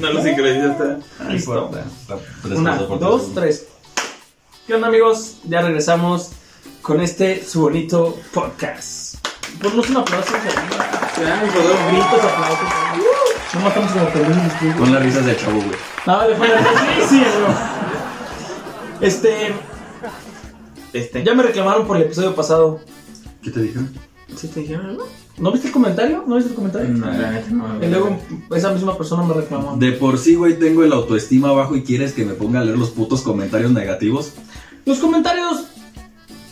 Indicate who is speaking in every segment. Speaker 1: No lo sincronizaste.
Speaker 2: No importa.
Speaker 3: Ah, Una, dos, tres. ¿Qué onda amigos? Ya regresamos con este su bonito podcast. Ponnos un aplauso. por favor.
Speaker 1: Ya, y podemos ver.
Speaker 3: Gritos, aplausos.
Speaker 1: Uh.
Speaker 3: No estamos como perdidos, güey.
Speaker 2: Con las risas de chavo, güey.
Speaker 3: No, le fue la- Ah, sí, sí, bro. Este,
Speaker 1: Este.
Speaker 3: ya me reclamaron por el episodio pasado.
Speaker 2: ¿Qué te dije?
Speaker 3: ¿Sí te dijeron algo? ¿No viste el comentario? ¿No viste el comentario?
Speaker 2: No.
Speaker 1: La neta, no,
Speaker 3: Y luego esa misma persona me reclamó.
Speaker 2: De por sí, güey, tengo el autoestima bajo y quieres que me ponga a leer los putos comentarios negativos.
Speaker 3: Los comentarios,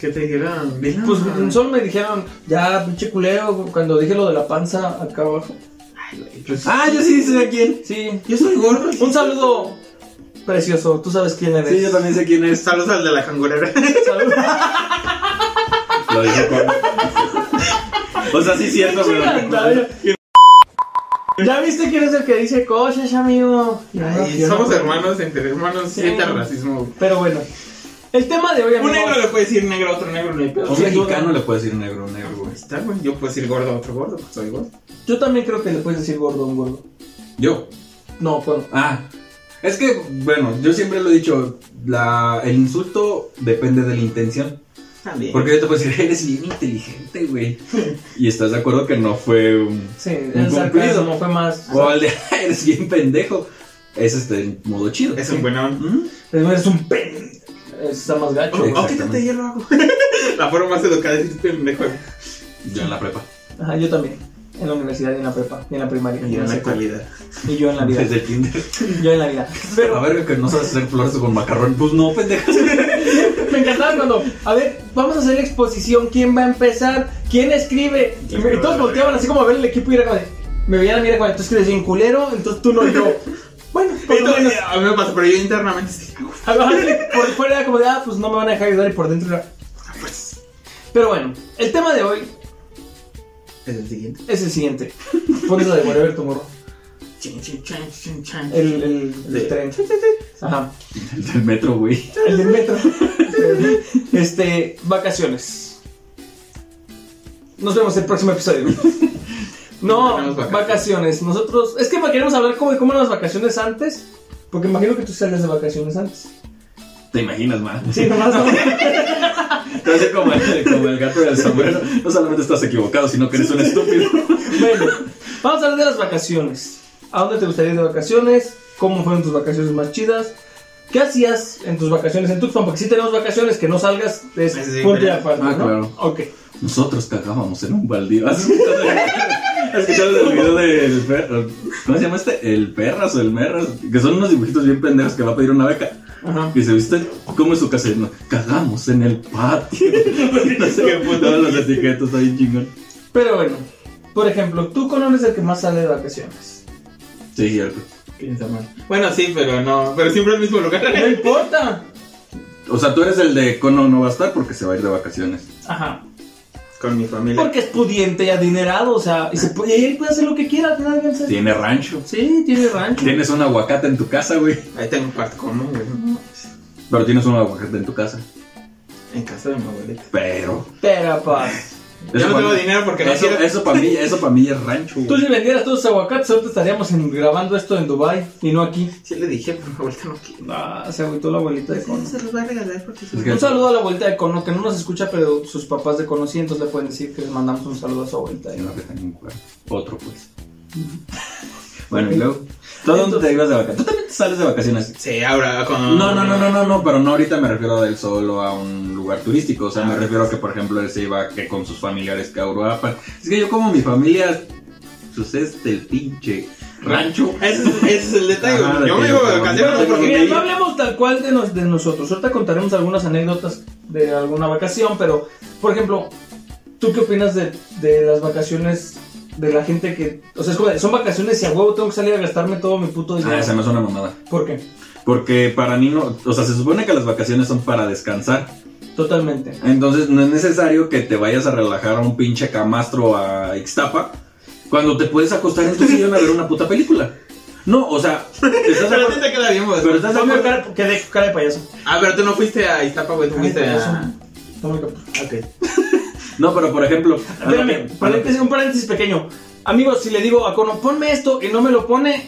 Speaker 1: ¿Qué te dijeron?
Speaker 3: pues solo me dijeron, ya, pinche culero, cuando dije lo de la panza acá abajo.
Speaker 1: Pues,
Speaker 2: Ah, yo sí sé a quién.
Speaker 3: Sí,
Speaker 2: Yo soy gordo.
Speaker 3: un saludo precioso, tú sabes quién eres.
Speaker 2: Sí, yo también sé quién es.
Speaker 1: Saludos al de la cangurera.
Speaker 3: Saludos.
Speaker 2: Lo dije con. O sea, sí es cierto, pero.
Speaker 3: Ya viste quién es el que dice cosas, amigo.
Speaker 1: Ay,
Speaker 3: Yo no-
Speaker 1: somos hermanos, entre hermanos,
Speaker 3: Ah, Sí.
Speaker 1: siente racismo.
Speaker 3: Pero bueno, el tema de hoy,
Speaker 1: Un
Speaker 3: amigos,
Speaker 1: negro le puede decir negro a otro negro, no hay pedo.
Speaker 2: Un mexicano le puede decir negro, negro, güey.
Speaker 1: Ahí Está, güey. Yo puedo decir gordo a otro gordo, pues soy gordo.
Speaker 3: yo también creo que le puedes decir gordo a un gordo.
Speaker 2: Yo.
Speaker 3: No, bueno,
Speaker 2: Ah. Es que, bueno, yo siempre lo he dicho, la, el insulto depende de la intención.
Speaker 1: También.
Speaker 2: Porque yo te puedo decir, eres bien inteligente, güey. Y estás de acuerdo que no fue un...
Speaker 3: sí,
Speaker 2: Un
Speaker 3: el
Speaker 2: cumplido.
Speaker 3: sarcasmo fue más.
Speaker 2: O al de, eres bien pendejo. Ese es de modo chido.
Speaker 1: es un buen hombre.
Speaker 2: ¿Mm?
Speaker 3: Es un pen. Está más gacho.
Speaker 2: Exactamente.
Speaker 1: Oh, quítate, ya lo hago. la forma más educada es decir pendejo.
Speaker 2: Yo en la prepa.
Speaker 3: Ajá, yo también. En la universidad y en la prepa, y en la primaria.
Speaker 1: Y en la
Speaker 3: secu-
Speaker 1: actualidad.
Speaker 3: y yo en la vida.
Speaker 2: Desde el kinder.
Speaker 3: Yo en la vida. Pero
Speaker 2: A ver, que no sabes hacer flores con macarrón. Pues no, pendejas.
Speaker 3: Me encantaba cuando, a ver, vamos a hacer la exposición, ¿quién va a empezar? ¿Quién escribe? Y, me- y todos volteaban así como a ver el equipo y era como de, me veían a mí, era como, de, tú escribes bien culero, entonces tú no, y yo, bueno, por lo menos,
Speaker 1: Entonces, a mí me pasa, pero yo internamente sí. ah,
Speaker 3: a lo mejor por fuera era como de, ah, pues no me van a dejar ayudar y por dentro era,
Speaker 1: Pues
Speaker 3: pero bueno, el tema de hoy
Speaker 1: es el siguiente.
Speaker 3: es el siguiente, pones la de Whatever Tomorrow,
Speaker 1: Chin, chin, chin, chin, chin.
Speaker 3: el, el, el
Speaker 1: De-
Speaker 3: tren, ajá,
Speaker 2: El del metro, güey.
Speaker 3: el del metro, este, vacaciones, nos vemos el próximo episodio. No,
Speaker 1: Tenemos
Speaker 3: vacaciones.
Speaker 1: vacaciones.
Speaker 3: Nosotros, es que queremos hablar como de cómo eran las vacaciones antes, porque imagino que tú salías de vacaciones antes.
Speaker 2: Te imaginas, man.
Speaker 3: Sí, nomás no.
Speaker 2: Entonces, como el, como el gato del sombrero, no solamente estás equivocado, sino que eres un estúpido.
Speaker 3: bueno, vamos a hablar de las vacaciones. ¿A dónde te gustaría ir de vacaciones? ¿Cómo fueron tus vacaciones más chidas? ¿Qué hacías en tus vacaciones en Tuxpan? Porque si tenemos vacaciones que no salgas, es
Speaker 1: Sí, sí,
Speaker 3: punto y
Speaker 1: pero-
Speaker 3: aparte.
Speaker 2: Ah,
Speaker 3: ¿no?
Speaker 2: claro.
Speaker 3: Ok.
Speaker 2: Nosotros cagábamos en un baldío. ¿Has escuchado, has escuchado el video del perro? ¿Cómo se llama este? El perras o el merras. Que son unos dibujitos bien pendejos que va a pedir una beca.
Speaker 3: Ajá.
Speaker 2: Y se viste, ¿cómo es su casa? No, cagamos en el patio. no sé qué
Speaker 1: Qué puto.
Speaker 2: puto. los etiquetos, está bien chingón.
Speaker 3: Pero bueno, por ejemplo, tú con es el que más sale de vacaciones.
Speaker 2: Sí, cierto.
Speaker 1: Piensa mal. Bueno, sí, pero no. Pero siempre el mismo lugar.
Speaker 3: No importa.
Speaker 2: O sea, tú eres el de Cono no va a estar porque se va a ir de vacaciones.
Speaker 3: Ajá.
Speaker 1: Con mi familia.
Speaker 3: Porque es pudiente y adinerado, o sea, y, se puede, y él puede hacer lo que quiera, al final de cuentas.
Speaker 2: Tiene rancho.
Speaker 3: Sí, tiene rancho.
Speaker 2: Tienes un aguacate en tu casa, güey.
Speaker 1: Ahí tengo un cuarto común, güey.
Speaker 2: Pero tienes un aguacate en tu casa.
Speaker 1: En casa de mi abuelita.
Speaker 2: Pero.
Speaker 3: Pero, pa,
Speaker 1: Yo no
Speaker 2: para
Speaker 1: tengo
Speaker 2: mí-
Speaker 1: dinero porque no
Speaker 2: Eso,
Speaker 1: quiero.
Speaker 2: eso para mí, eso para mí es rancho.
Speaker 3: Tú
Speaker 2: güey.
Speaker 3: si vendieras todos los aguacates, ahorita estaríamos en- grabando esto en Dubai y no aquí.
Speaker 1: Sí le dije, pero mi abuelita no quiere.
Speaker 3: Ah, se agüitó la abuelita de Cono.
Speaker 1: se los va a regalar porque
Speaker 2: Es que-
Speaker 3: Un saludo a la abuelita de Cono, que no nos escucha, pero sus papás de Cono sí, entonces le pueden decir que les mandamos un saludo a su abuelita.
Speaker 2: Ahí no apretan un cuerno. Otro, pues. bueno, y luego. ¿Tú a dónde te ibas de vacaciones? Tú también te sales de vacaciones.
Speaker 1: Sí, ahora con.
Speaker 2: No, no, no, no, no, no, pero no ahorita me refiero del solo a un lugar turístico. O sea, me refiero a que, por ejemplo, él se iba que con sus familiares que a Uruapan. Es que yo, como mi familia, pues es del pinche rancho.
Speaker 1: Ese es, ese es el detalle.
Speaker 2: Ajá,
Speaker 1: güey. yo
Speaker 2: de
Speaker 1: me
Speaker 2: que
Speaker 1: digo
Speaker 2: yo tengo-
Speaker 1: vacaciones
Speaker 2: Bueno,
Speaker 1: porque.
Speaker 3: Mira, no hablemos tal cual de, nos- de nosotros. Ahorita contaremos algunas anécdotas de alguna vacación, pero, por ejemplo, ¿tú qué opinas de, de las vacaciones de la gente que. O sea, es como de, son vacaciones y a huevo tengo que salir a gastarme todo mi puto dinero.
Speaker 2: Ah, esa me suena mamada.
Speaker 3: ¿Por qué?
Speaker 2: Porque para mí no. O sea, se supone que las vacaciones son para descansar.
Speaker 3: Totalmente.
Speaker 2: Entonces no es necesario que te vayas a relajar a un pinche camastro a Ixtapa cuando te puedes acostar en tu sillón a ver una puta película. No, o sea, estás de
Speaker 1: Pero a ti
Speaker 2: acuerdo-
Speaker 1: te queda bien, güey.
Speaker 2: Pero estás de
Speaker 3: Ponme
Speaker 2: acuerdo.
Speaker 3: cara, que de, cara de payaso.
Speaker 1: Ah, pero tú no fuiste a Iztapa, güey. Tú
Speaker 3: Cara de
Speaker 1: fuiste
Speaker 3: payaso.
Speaker 1: a.
Speaker 3: Toma el cap-
Speaker 1: Ok.
Speaker 2: No, pero por ejemplo. ah, a lo
Speaker 3: Espérame,
Speaker 2: que-
Speaker 3: paréntesis, un paréntesis pequeño. Amigos, si le digo a Cono, ponme esto y no me lo pone,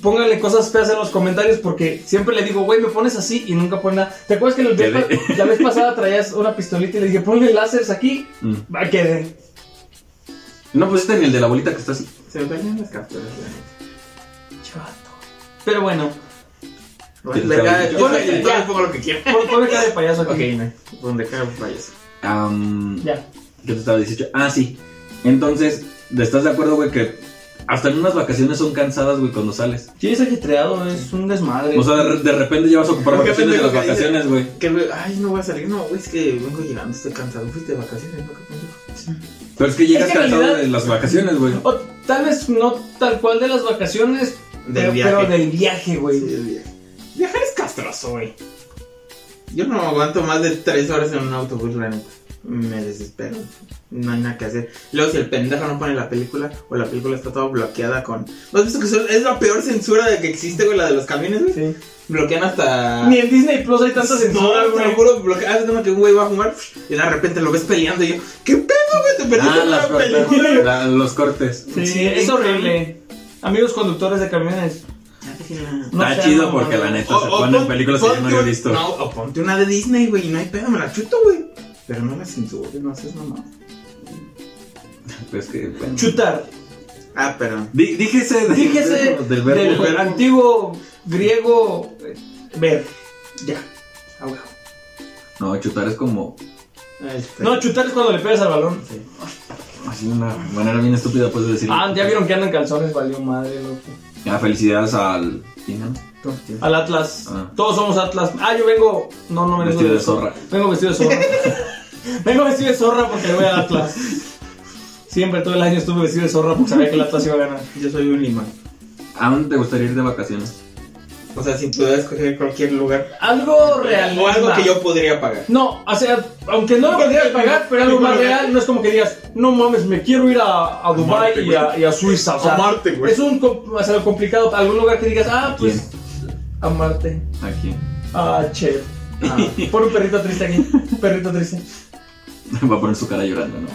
Speaker 3: póngale cosas feas en los comentarios porque siempre le digo, güey, me pones así y nunca pone nada. ¿Te acuerdas que la vez,
Speaker 2: Quedé.
Speaker 3: pa- la vez pasada traías una pistolita y le dije, ponle láseres aquí?
Speaker 2: Mm.
Speaker 3: Va, quedé.
Speaker 2: No, pues este ni el de la bolita que está así.
Speaker 1: Se dañan las capturas. güey.
Speaker 3: Chato. Pero bueno,
Speaker 2: ¿Quieres
Speaker 1: Le
Speaker 2: saber
Speaker 1: cae-
Speaker 2: qué?
Speaker 1: yo le- yo le pongo lo que quiera.
Speaker 3: pon- ponle cara de payaso aquí.
Speaker 1: Ok, Inay, donde cae vayas.
Speaker 2: Am,
Speaker 3: Ya.
Speaker 2: ¿Qué te estaba diciendo? Ah, sí. Entonces, ¿estás de acuerdo, güey, que hasta en unas vacaciones son cansadas, güey, cuando sales?
Speaker 3: Sí, es ajetreado, es un desmadre.
Speaker 2: O sea, de, de repente ya vas a ocupar
Speaker 1: Porque
Speaker 2: vacaciones de las
Speaker 1: pendejo que dice-
Speaker 2: vacaciones, güey.
Speaker 1: Que, güey, ay, no voy a salir. No, güey, es que vengo llegando, estoy cansado. Fuiste de vacaciones, ¿no? ¿Qué pendejo?
Speaker 2: Pero es que llegas
Speaker 3: Es que en
Speaker 2: cansado
Speaker 3: realidad-
Speaker 2: de las vacaciones, güey.
Speaker 3: O tal vez no tal cual de las vacaciones,
Speaker 1: Del
Speaker 3: pero,
Speaker 1: viaje.
Speaker 3: pero del viaje, güey.
Speaker 1: Sí, es viaje.
Speaker 3: Viajar es castroso, güey.
Speaker 1: Yo no aguanto más de tres horas en un autobús, la neta. Me desespero. No hay nada que hacer. Luego, si el pendejo no pone la película, o la película está toda bloqueada con. ¿No has visto que son- es la peor censura de que existe, güey? La de los camiones, güey.
Speaker 3: Sí.
Speaker 1: Bloquean hasta.
Speaker 3: Ni en Disney Plus hay tanta censura,
Speaker 1: Ah. No, te
Speaker 3: güey.
Speaker 1: lo juro, bloquean. Haz de cuenta que un güey va a jugar y de repente lo ves peleando. Y yo, ¿qué pedo, güey? Te perdiste
Speaker 2: Ah,
Speaker 1: toda
Speaker 2: las
Speaker 1: la
Speaker 2: cortes,
Speaker 1: película.
Speaker 2: la- los cortes.
Speaker 3: Sí,
Speaker 1: Sí,
Speaker 3: es
Speaker 1: sí.
Speaker 3: horrible. Amigos conductores de camiones. Ah, No
Speaker 2: Está
Speaker 3: sean
Speaker 2: chido
Speaker 3: mamones.
Speaker 2: porque la neta
Speaker 1: O-
Speaker 2: se
Speaker 1: o
Speaker 2: ponen
Speaker 1: pon-
Speaker 2: películas que yo no
Speaker 1: ponte
Speaker 2: había
Speaker 1: un-
Speaker 2: visto.
Speaker 1: No, o ponte una de Disney, güey, y no hay pedo, me la chuto, güey. Pero no la censures, no seas mamá.
Speaker 2: Pues que, bueno.
Speaker 3: Chutar.
Speaker 1: Ah, perdón.
Speaker 2: Di- Díjese, de-
Speaker 3: Fíjese
Speaker 2: del
Speaker 3: del,
Speaker 2: verbo.
Speaker 1: verbo.
Speaker 3: antiguo griego eh, ver. Ya. Ah, güey.
Speaker 2: No, chutar es como
Speaker 1: Este,
Speaker 3: No, chutar es cuando le pegas al balón.
Speaker 1: sí.
Speaker 2: así de una manera bien estúpida, puedes decir.
Speaker 3: Ah, ya vieron que andan calzones, valió madre, loco.
Speaker 2: Ah, felicidades al. ¿Quién ganó?
Speaker 1: Entonces,
Speaker 3: Al Atlas.
Speaker 2: Ah.
Speaker 3: Todos somos Atlas. Ah, yo vengo. No, no vengo.
Speaker 2: Vestido de zorra.
Speaker 3: Vengo vestido de zorra. vengo vestido de zorra porque le voy al Atlas. Siempre, todo el año estuve vestido de zorra porque sabía que el Atlas iba a ganar.
Speaker 1: Yo soy un imán.
Speaker 2: ¿A dónde te gustaría ir de vacaciones?
Speaker 1: O sea, si pudiera escoger cualquier lugar.
Speaker 3: Algo real.
Speaker 1: O algo que yo podría pagar.
Speaker 3: No, o sea, aunque no lo
Speaker 1: Porque
Speaker 3: podrías
Speaker 1: el-
Speaker 3: pagar, pero algo
Speaker 1: el-
Speaker 3: más real, no es como que digas, no mames, me quiero ir a, a Dubái
Speaker 1: Marte,
Speaker 3: y, a,
Speaker 1: güey.
Speaker 3: y a Suiza. O sea,
Speaker 1: A Marte, güey.
Speaker 3: Es un com- o sea, lo complicado, algún lugar que digas, ah, pues, a Marte.
Speaker 2: ¿A quién?
Speaker 3: Ah, che. Pon un perrito triste aquí, perrito triste.
Speaker 2: Va a poner su cara llorando, ¿no?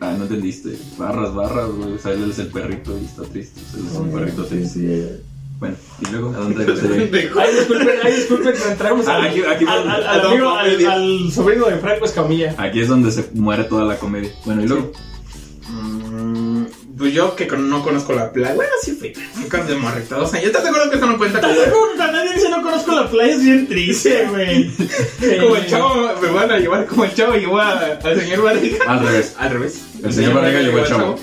Speaker 2: Ah, no entendiste. Barras, barras, güey. O sea, él es el perrito y está triste. O sea, él es un perrito triste. Bueno, y luego, ¿a dónde te gustaría ir?
Speaker 1: Pendejo.
Speaker 3: Ay, disculpen, ay, disculpen, entramos
Speaker 2: Ah,
Speaker 3: al,
Speaker 2: aquí- aquí
Speaker 3: al, al-
Speaker 1: vamos.
Speaker 3: al amigo,
Speaker 1: No,
Speaker 3: al- al sobrino de Franco Escamilla.
Speaker 2: Aquí es donde se muere toda la comedia. Bueno, y luego.
Speaker 1: Mm, Pues yo que con- no conozco la playa. Bueno, sí fui. Nunca de morrita. O sea, yo te aseguro que eso no cuenta como,
Speaker 3: Nadie dice no conozco la playa, es bien triste, güey.
Speaker 1: como el chavo. Me van a llevar como el chavo llevó a- al señor Barriga.
Speaker 2: Al revés.
Speaker 1: Al revés.
Speaker 2: El señor Barriga llevó al chavo.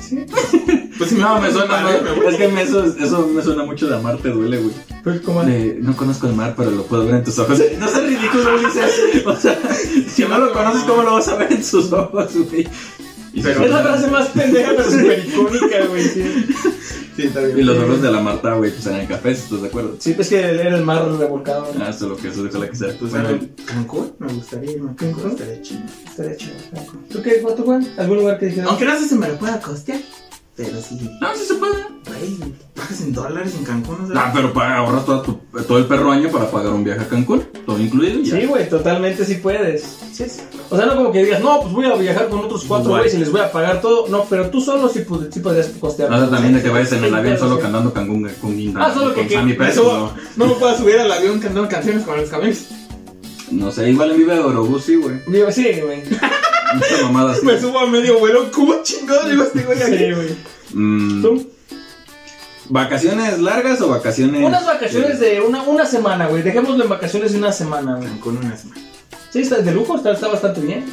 Speaker 3: Sí.
Speaker 1: Pues si
Speaker 2: No, me suena,
Speaker 1: mal, me voy.
Speaker 2: Es que me- eso, eso me suena mucho de amar, te duele, güey.
Speaker 3: Pero Pues, como
Speaker 2: De, no conozco el mar, pero lo puedo ver en tus ojos. No seas ridículo, Ulises. O sea, si no lo conoces, ¿cómo lo vas a ver en sus ojos, güey? Y sus
Speaker 1: Pero-
Speaker 3: Es la
Speaker 2: ojos-
Speaker 3: frase más pendeja, pero súper icónica, güey. Sí.
Speaker 1: Sí, está bien.
Speaker 2: Y los ojos de la Marta, güey, pues eran cafés, ¿estás de acuerdo?
Speaker 3: sí, es que era el mar revolcado.
Speaker 2: Ah, eso es lo que eso es lo que sea.
Speaker 1: Pues
Speaker 2: Bueno,
Speaker 1: a Cancún me gustaría irme a Cancún.
Speaker 3: ¿Cancún?
Speaker 1: Estaría chido.
Speaker 3: Estaría chido. Franco. ¿Tú qué, Juan? ¿Tú, Juan? ¿Algún lugar que dijeras?
Speaker 1: Aunque no sé si me lo pueda costear. Pero sí.
Speaker 2: No, sí se puede.
Speaker 1: Güey, pagas en dólares en Cancún. O sea,
Speaker 2: Ah, pero para ahorrar toda tu- todo el perro año para pagar un viaje a Cancún, todo incluido. y ya.
Speaker 3: Sí, güey, totalmente sí puedes.
Speaker 1: sí, sí.
Speaker 3: O sea, no como que digas, no, pues voy a viajar con otros cuatro
Speaker 1: Igual.
Speaker 3: güeyes y les voy a pagar todo. No, pero tú solo sí, pod- sí podrías costear.
Speaker 2: O sea, también de que vayas en el
Speaker 3: Sí,
Speaker 2: avión
Speaker 3: claro,
Speaker 2: solo
Speaker 3: sí.
Speaker 2: cantando Cancún eh, con Guinda.
Speaker 3: Ah, solo que-
Speaker 2: con
Speaker 3: que-
Speaker 2: Sammy
Speaker 1: Me
Speaker 2: Pérez,
Speaker 1: subo-
Speaker 2: no.
Speaker 1: no me puedo subir al avión cantando canciones con los camiones.
Speaker 2: No sé, igual en Viva Eurobús, sí, güey.
Speaker 3: Digo, sí, güey. Sí,
Speaker 2: Esta mamada sí.
Speaker 1: Me subo a medio vuelo. ¿Cómo chingados digo este güey aquí?
Speaker 3: güey.
Speaker 2: Mm,
Speaker 3: ¿Tú?
Speaker 2: ¿Vacaciones largas o vacaciones?
Speaker 3: Unas vacaciones de una, una semana, güey. Dejémoslo en vacaciones de una semana, güey.
Speaker 1: Cancún una semana.
Speaker 3: Sí, está de lujo, está, está bastante bien.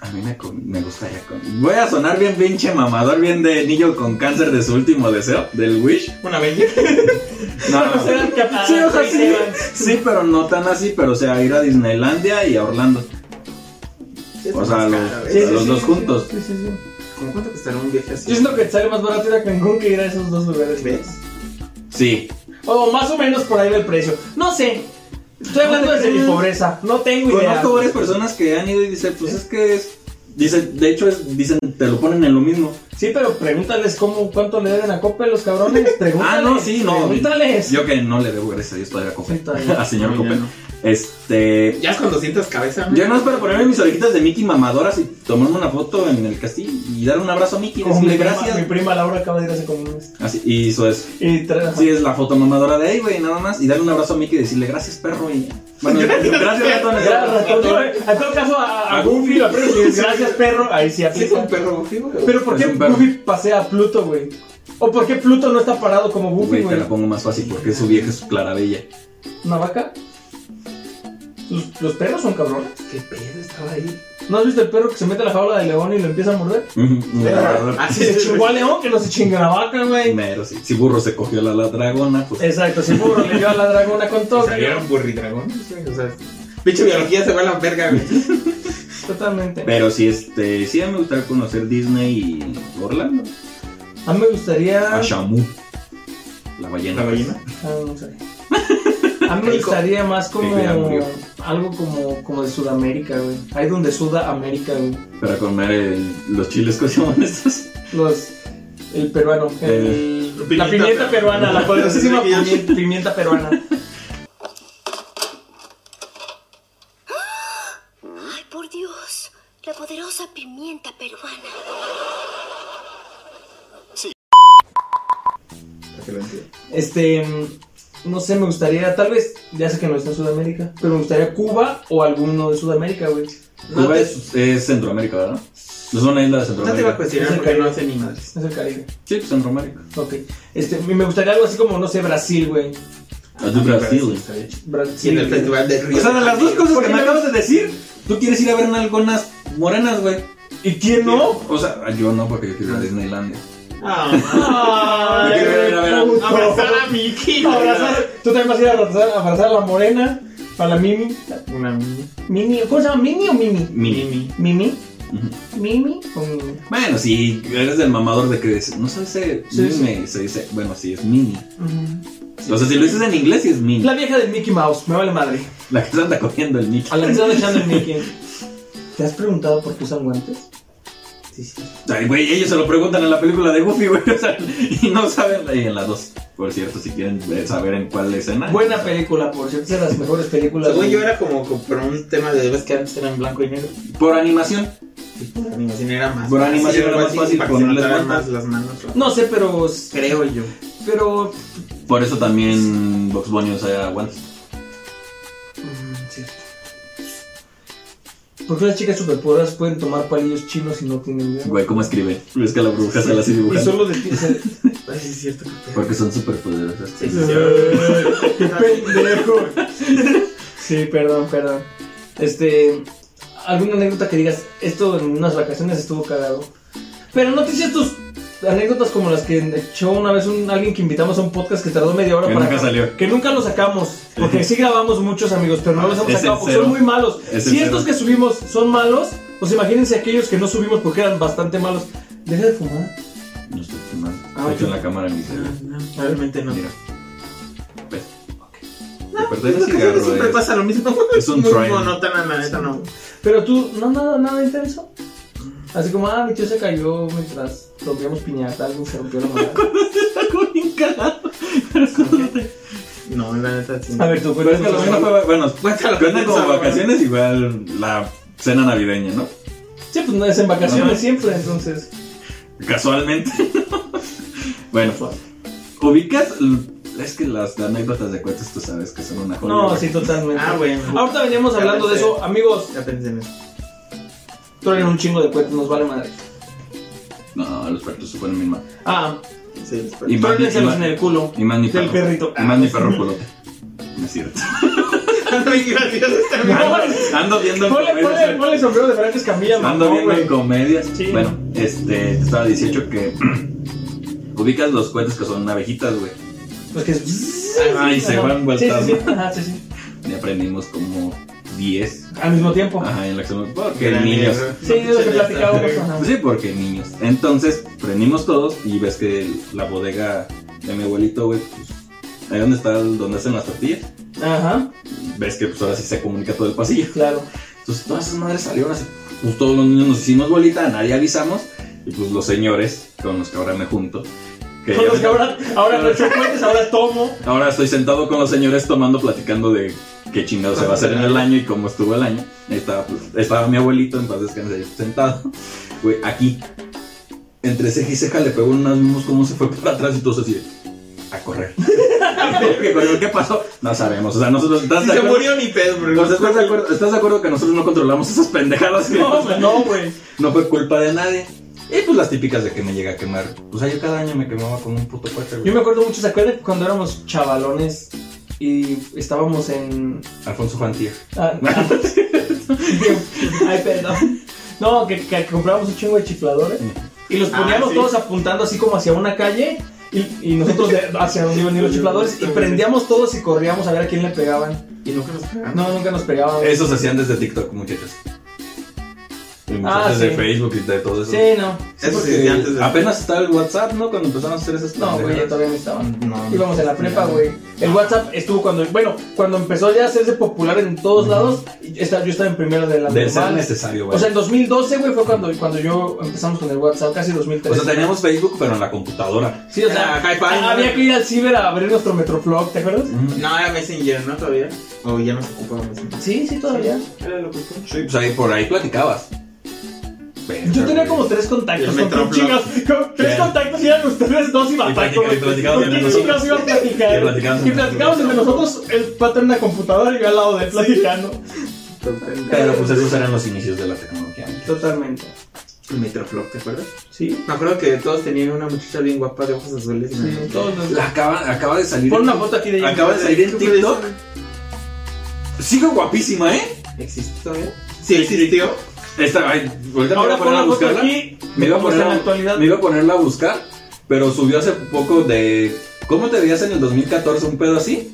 Speaker 2: A mí me, con- me gustaría. con- Voy a sonar bien pinche mamador, bien de niño con cáncer de su último deseo, del Wish.
Speaker 1: Una Avenger.
Speaker 2: No,
Speaker 3: No serán capaces,
Speaker 2: Sí, o sea, sí,
Speaker 3: Evans.
Speaker 2: sí, pero no tan así, pero o sea, ir a Disneylandia y a Orlando. O sea,
Speaker 1: Más
Speaker 2: los-
Speaker 1: cara,
Speaker 2: Sí,
Speaker 1: güey.
Speaker 2: los dos juntos.
Speaker 3: sí, sí, sí.
Speaker 1: ¿Cómo cuánto costará un viaje así?
Speaker 3: Yo siento que sale más barato ir a Cancún que ir a esos dos lugares. güey.
Speaker 1: ¿Ves?
Speaker 2: Sí.
Speaker 3: O más o menos por ahí va el precio. No sé. Estoy hablando
Speaker 2: No te
Speaker 3: desde mi
Speaker 2: creas.
Speaker 3: pobreza. No tengo idea.
Speaker 2: Conozco varias personas que han ido y dicen, pues es que es. Dicen, de hecho, es, dicen, te lo ponen en lo mismo.
Speaker 3: Sí, pero pregúntales cómo, cuánto le deben a Copa los cabrones. Pregúntales.
Speaker 2: Ah, no, sí, no.
Speaker 3: Pregúntales.
Speaker 2: Yo que no le debo gracias a Dios todavía a Coppel.
Speaker 3: Sí, todavía.
Speaker 2: a señor
Speaker 1: No, ya
Speaker 2: Coppel.
Speaker 1: no.
Speaker 2: Este.
Speaker 1: Ya es cuando sientas cabeza, ¿no?
Speaker 2: Yo no es para ponerme mis orejitas de Mickey mamadoras y tomarme una foto en el castillo y dar un abrazo a Mickey y
Speaker 3: Como mi
Speaker 2: decirle
Speaker 3: prima,
Speaker 2: gracias.
Speaker 3: mi prima Laura acaba de ir hace como un mes.
Speaker 2: Así, y eso es.
Speaker 3: Y tra-
Speaker 2: Sí, es la foto mamadora de ahí, güey, nada más. Y darle un abrazo a Mickey y decirle gracias, perro. Y... Bueno, gracias, ratones.
Speaker 3: Gracias, a todo- a todo caso a, a Goofy, la prima, si es gracias perro, ahí sí
Speaker 1: Sí, es
Speaker 3: aplica.
Speaker 1: un perro Goofy, güey.
Speaker 3: Pero ¿por
Speaker 2: Es
Speaker 3: qué
Speaker 2: un perro.
Speaker 3: Goofy pasea a Pluto, güey? ¿O por qué Pluto no está parado como Goofy,
Speaker 2: Güey, te
Speaker 3: güey?
Speaker 2: la pongo más fácil porque su vieja es Clarabella.
Speaker 3: ¿Una vaca? Pues, Los, los perros son cabrones.
Speaker 1: ¿Qué pedo estaba ahí?
Speaker 3: ¿No has visto el perro que se mete a la jaula de león y lo empieza a morder?
Speaker 2: Ujú.
Speaker 1: Así
Speaker 3: Si se chingó al león, que no se chinga la vaca, güey.
Speaker 2: Mero, sí. Si burro se cogió la, la dragona, pues.
Speaker 3: Exacto, si burro le dio a la dragona con todo.
Speaker 1: Salieron burridragones, güey. O sea, pinche biología se va a la verga, güey.
Speaker 3: Totalmente.
Speaker 2: Pero sí, este, sí, a mí me gustaría conocer Disney y Orlando.
Speaker 3: A mí me gustaría.
Speaker 2: A
Speaker 3: Ah,
Speaker 2: Shamu. La ballena.
Speaker 1: ¿La ballena?
Speaker 3: no sé. A mí me
Speaker 1: Rico.
Speaker 3: gustaría más como.
Speaker 2: Sí, ya murió.
Speaker 3: Algo como, como de Sudamérica, güey. Ahí donde suda América, güey.
Speaker 2: Para comer el- los chiles, ¿cómo se llaman estos?
Speaker 3: Los. El peruano. el-
Speaker 1: El-
Speaker 3: la pimienta
Speaker 1: pimienta
Speaker 3: peruana, la poderosísima
Speaker 1: Sí, ya.
Speaker 3: pimienta, pimienta peruana.
Speaker 4: Ay, por Dios, la poderosa pimienta peruana.
Speaker 1: Para que lo entiendan.
Speaker 3: Este. mm, No sé, me gustaría, tal vez, ya sé que no está en Sudamérica, pero me gustaría Cuba o alguno de Sudamérica, güey.
Speaker 1: No
Speaker 2: Cuba
Speaker 1: te-
Speaker 2: es, es Centroamérica, ¿verdad? No es una isla de
Speaker 1: No te
Speaker 2: Centroamérica.
Speaker 1: iba a pues- cuestionar porque no hace ni madres.
Speaker 3: Es el Caribe.
Speaker 2: sí, pues, Centroamérica.
Speaker 3: Ok. Este, y me gustaría algo así como, no sé, Brasil, güey.
Speaker 2: A tu Brasil.
Speaker 1: Está bien. Y
Speaker 3: Brasil.
Speaker 1: en el
Speaker 3: güey.
Speaker 1: festival de Río.
Speaker 2: O sea, de las dos cosas
Speaker 3: Porque
Speaker 2: que me
Speaker 3: no-
Speaker 2: acabas de decir, tú quieres ir a ver nalgonas morenas, güey.
Speaker 3: ¿Y quién no?
Speaker 2: O sea, yo no, porque yo quiero ir a Disneylandia.
Speaker 1: Ah,
Speaker 2: Porque,
Speaker 3: Ay,
Speaker 2: a ver, a ver, a-
Speaker 3: puto.
Speaker 1: abrazar a Mickey. güey.
Speaker 3: Abrazar- Tú también vas a ir a abrazar, a abrazar a la morena, a la Mimi.
Speaker 1: Una mini.
Speaker 3: Mimi, ¿cómo se llama? ¿Mimi o Mimi?
Speaker 2: Mini.
Speaker 3: ¿Mimi?
Speaker 2: Ujú.
Speaker 3: ¿Mimi o Mimi?
Speaker 2: Bueno, si eres del mamador de que dices, no sé, se,
Speaker 3: Sí,
Speaker 2: mime, se dice, bueno, sí, es mini. O sea, si lo dices en inglés, sí es mini.
Speaker 3: La
Speaker 2: La,
Speaker 3: vieja del Mickey Mouse, me vale madre.
Speaker 2: que se anda cogiendo el Mickey.
Speaker 3: A la que está dejando el Mickey. ¿Te has preguntado por qué usan guantes? Sí, sí.
Speaker 2: Ay, güey, ellos se lo preguntan en la película de Goofy, güey, o sea, y no saben, y en la 2, por cierto, si quieren ver- saber en cuál escena.
Speaker 3: Buena película, por cierto, es de las mejores películas.
Speaker 1: Según
Speaker 3: güey.
Speaker 1: yo era como co- por un tema de ves que antes era en blanco y negro.
Speaker 2: Por animación,
Speaker 1: Y por animación era más.
Speaker 2: Por
Speaker 1: fácil,
Speaker 2: animación era
Speaker 1: algo
Speaker 2: más
Speaker 1: así,
Speaker 2: fácil
Speaker 1: para que se
Speaker 2: ponerles
Speaker 1: notaran
Speaker 2: vueltas.
Speaker 1: más las manos. ¿no?
Speaker 3: No sé, pero.
Speaker 1: Creo yo.
Speaker 3: Pero.
Speaker 2: por eso también Box Bunny usa guantes.
Speaker 3: mm, sí. ¿Por qué las chicas superpoderas pueden tomar palillos chinos y no tienen miedo?
Speaker 2: Güey, ¿cómo escribe? Es que la bruja se la sigue
Speaker 3: Y
Speaker 2: dibujando.
Speaker 3: solo de ti. o sea,
Speaker 1: Ay, sí, es cierto. que-
Speaker 2: Porque son súper poderosas.
Speaker 1: Sí, sí, sí.
Speaker 3: ¡Qué pendejo! Sí, perdón, perdón. Este. ¿Alguna anécdota que digas? Esto en unas vacaciones estuvo cagado. Pero no te hiciste tus anécdotas como las que echó una vez un, alguien que invitamos a un podcast que tardó media hora
Speaker 2: Que
Speaker 3: para.
Speaker 2: nunca salió.
Speaker 3: Que nunca lo sacamos. Porque sí grabamos muchos amigos, pero no los hemos
Speaker 2: Es el
Speaker 3: sacado porque
Speaker 2: cero.
Speaker 3: son muy malos.
Speaker 2: Es el
Speaker 3: si estos
Speaker 2: cero.
Speaker 3: que subimos son malos, pues imagínense aquellos que no subimos porque eran bastante malos. Deja de fumar.
Speaker 2: No estoy filmando.
Speaker 3: Ah,
Speaker 2: Estoy
Speaker 3: ok.
Speaker 2: en la cámara en mi celular.
Speaker 1: No, no, realmente Ah, no.
Speaker 2: Mira. ¿Ves?
Speaker 1: No,
Speaker 2: Te perdí el
Speaker 1: en ocasiones
Speaker 2: cigarro,
Speaker 1: siempre
Speaker 2: eh.
Speaker 1: pasa lo mismo.
Speaker 2: Es un
Speaker 1: Muy
Speaker 2: trend.
Speaker 1: monótona, la neta, no.
Speaker 3: Pero tú, no, nada, nada intenso. Así como, ah, mi tío se cayó mientras rompíamos piñata, algo se rompió la mano.
Speaker 1: No, la neta, sí.
Speaker 3: A ver, tú,
Speaker 2: Pero Pues es
Speaker 3: cuéntame.
Speaker 2: que lo mismo fue, bueno,
Speaker 3: Pues
Speaker 1: Cuéntalo,
Speaker 2: cuentan como
Speaker 1: cuéntalo.
Speaker 2: vacaciones, igual la cena navideña, ¿no?
Speaker 3: Sí, pues no es en vacaciones
Speaker 2: Ajá.
Speaker 3: siempre, entonces.
Speaker 2: Casualmente. bueno, ubicas, es que las anécdotas de cuentos tú sabes que son una joya.
Speaker 3: No,
Speaker 2: güey.
Speaker 3: sí, totalmente.
Speaker 1: Ah, bueno.
Speaker 3: Ahorita veníamos
Speaker 1: Ya
Speaker 3: hablando de
Speaker 1: pensé.
Speaker 3: eso, amigos.
Speaker 1: Ya pensé en eso.
Speaker 3: Traen un chingo de cuentos, nos vale madre.
Speaker 2: No, los perros se ponen bien mal.
Speaker 3: Ah,
Speaker 1: Sí, espero.
Speaker 2: Y más, y
Speaker 3: trónenselos
Speaker 2: más-
Speaker 3: en el culo.
Speaker 2: y más mi
Speaker 3: Del
Speaker 2: perro.
Speaker 3: perrito.
Speaker 2: Y más mi perro culote. No es cierto.
Speaker 1: Ay, gracias, este está bien.
Speaker 3: No,
Speaker 2: Ando viendo
Speaker 3: Ponle,
Speaker 2: comedias,
Speaker 3: ponle,
Speaker 2: güey.
Speaker 3: ponle sombrero de Frank Escamilla,
Speaker 2: Ando
Speaker 3: mamón,
Speaker 2: viendo
Speaker 3: güey.
Speaker 2: en comedias.
Speaker 3: Sí.
Speaker 2: Bueno, este, te estaba 18 que ubicas los cuentos que son abejitas, güey.
Speaker 3: Pues que es...
Speaker 2: Ah, y se
Speaker 3: Ajá.
Speaker 2: van
Speaker 3: Sí,
Speaker 2: vueltas,
Speaker 3: sí, sí.
Speaker 2: ¿no?
Speaker 3: Ajá, sí, sí.
Speaker 2: Y aprendimos como 10.
Speaker 3: Al mismo tiempo.
Speaker 2: Ajá, en la acción. Porque
Speaker 1: Gran
Speaker 2: niños.
Speaker 1: error.
Speaker 3: Sí, es lo que platicábamos. ajá.
Speaker 2: Sí, porque niños. Entonces, prendimos todos y ves que el- la bodega de mi abuelito, güey, pues, ahí donde está, el- donde hacen las tortillas,
Speaker 3: Ajá,
Speaker 2: ves que pues ahora sí se comunica todo el pasillo.
Speaker 3: claro.
Speaker 2: Entonces todas esas madres salieron así. Pues todos los niños nos hicimos bolita, a nadie avisamos. Y pues los señores, con los que ahora me junto. que
Speaker 3: Con
Speaker 2: ya
Speaker 3: los
Speaker 2: me-
Speaker 3: que ahora, ahora no he hecho cuentas, ahora tomo.
Speaker 2: Ahora estoy sentado con los señores tomando, platicando de qué chingado se va a hacer en el año y cómo estuvo el año. Ahí Estaba, pues, estaba mi abuelito, en paz descanse, ahí sentado. Güey, aquí, entre ceja y ceja, le pegó unas mimos cómo se fue para atrás y todos así, de, a correr. ¿Qué, corrió? ¿Qué pasó? No sabemos. O sea, nosotros... ¿estás
Speaker 1: Si
Speaker 2: de
Speaker 1: se
Speaker 2: acuerdo?
Speaker 1: murió ni pedo, porque
Speaker 2: O sea, ¿estás, de acuerdo, estás de acuerdo que nosotros no controlamos esas pendejadas? que
Speaker 3: No,
Speaker 2: pasan?
Speaker 3: güey, no, güey.
Speaker 2: No fue culpa de nadie. Y pues las típicas de que me llega a quemar. O sea, yo cada año me quemaba con un puto coche,
Speaker 3: Yo
Speaker 2: güey.
Speaker 3: me acuerdo mucho, ¿se acuerdan cuando éramos chavalones y estábamos en.
Speaker 2: Alfonso Fantier.
Speaker 3: ah, ah, Ay, perdón. No, que, que comprábamos un chingo de chifladores y los
Speaker 1: Ah,
Speaker 3: poníamos
Speaker 1: sí.
Speaker 3: todos apuntando así como hacia una calle y, y nosotros de- hacia donde iban a ir los chifladores y prendíamos todos y corríamos a ver a quién le pegaban.
Speaker 1: Y nunca nos pegaron.
Speaker 3: No, nunca nos pegaban.
Speaker 2: Esos se hacían desde TikTok, muchachos. Y muchachos
Speaker 3: Ah, sí.
Speaker 2: de Facebook y de todo eso.
Speaker 3: Sí, no.
Speaker 1: Eso
Speaker 2: Porque
Speaker 1: sí, sí, antes de-
Speaker 2: Apenas estaba el WhatsApp, ¿no? Cuando empezaron a hacer esas
Speaker 3: No, güey, ya
Speaker 2: pendejadas.
Speaker 3: todavía no estaban.
Speaker 1: No.
Speaker 3: Íbamos en la prepa, güey. El WhatsApp estuvo cuando, bueno, cuando empezó ya a hacerse popular en todos
Speaker 2: Ujú.
Speaker 3: lados, y yo estaba, yo estaba en primero de la
Speaker 2: Del ser
Speaker 3: normal.
Speaker 2: necesario, güey.
Speaker 3: O sea, en 2012, güey, fue cuando, cuando yo empezamos con el WhatsApp, casi 2013.
Speaker 2: teníamos Facebook, pero en la computadora.
Speaker 3: sí, o sea,
Speaker 2: Ah,
Speaker 1: Era hi-fi, ¿no?
Speaker 3: había que ir al ciber a abrir nuestro Metroflog, ¿te acuerdas?
Speaker 2: Mm.
Speaker 1: No, era Messenger, ¿no? Todavía. O ya no se ocupaba Messenger.
Speaker 3: Sí, sí, todavía.
Speaker 1: Era lo que ocupaba.
Speaker 2: Sí, pues ahí por ahí platicabas.
Speaker 3: Yo tenía como tres contactos.
Speaker 1: El
Speaker 3: ¿Con quién
Speaker 1: Metroflog.
Speaker 3: chingas? Con tres
Speaker 2: Bien.
Speaker 3: contactos y eran ustedes dos y Batán.
Speaker 2: platica- y platicamos
Speaker 3: ¿Con
Speaker 2: entre
Speaker 3: quién
Speaker 2: nosotros.
Speaker 3: chingas iba a platicar?
Speaker 2: Y platicamos
Speaker 3: Y
Speaker 2: entre
Speaker 3: platicamos entre nosotros, el pato en la computadora y yo al lado de él platicando.
Speaker 2: Pero pues esos eran los inicios de la tecnología.
Speaker 3: Totalmente.
Speaker 1: El Metroflog, ¿te acuerdas?
Speaker 3: Sí.
Speaker 1: Me acuerdo que todos tenían una muchacha bien guapa de ojos azules.
Speaker 3: Sí, todos los-
Speaker 2: Acaba, acaba de salir.
Speaker 3: Pon una foto aquí de ella.
Speaker 2: Acaba de salir en TikTok. Sigue guapísima, ¿eh?
Speaker 1: ¿Existe todavía? Sí, existió.
Speaker 2: Esta, ay, ahorita me iba
Speaker 3: Ahora
Speaker 2: a
Speaker 3: pon
Speaker 2: poner a
Speaker 3: la foto
Speaker 2: buscarla.
Speaker 3: aquí.
Speaker 2: Me iba a,
Speaker 3: ¿Cómo
Speaker 2: poner
Speaker 3: está en la
Speaker 2: a-
Speaker 3: actualidad?
Speaker 2: me iba a ponerla a buscar, pero subió hace poco de cómo te veías en el 2014, un pedo así.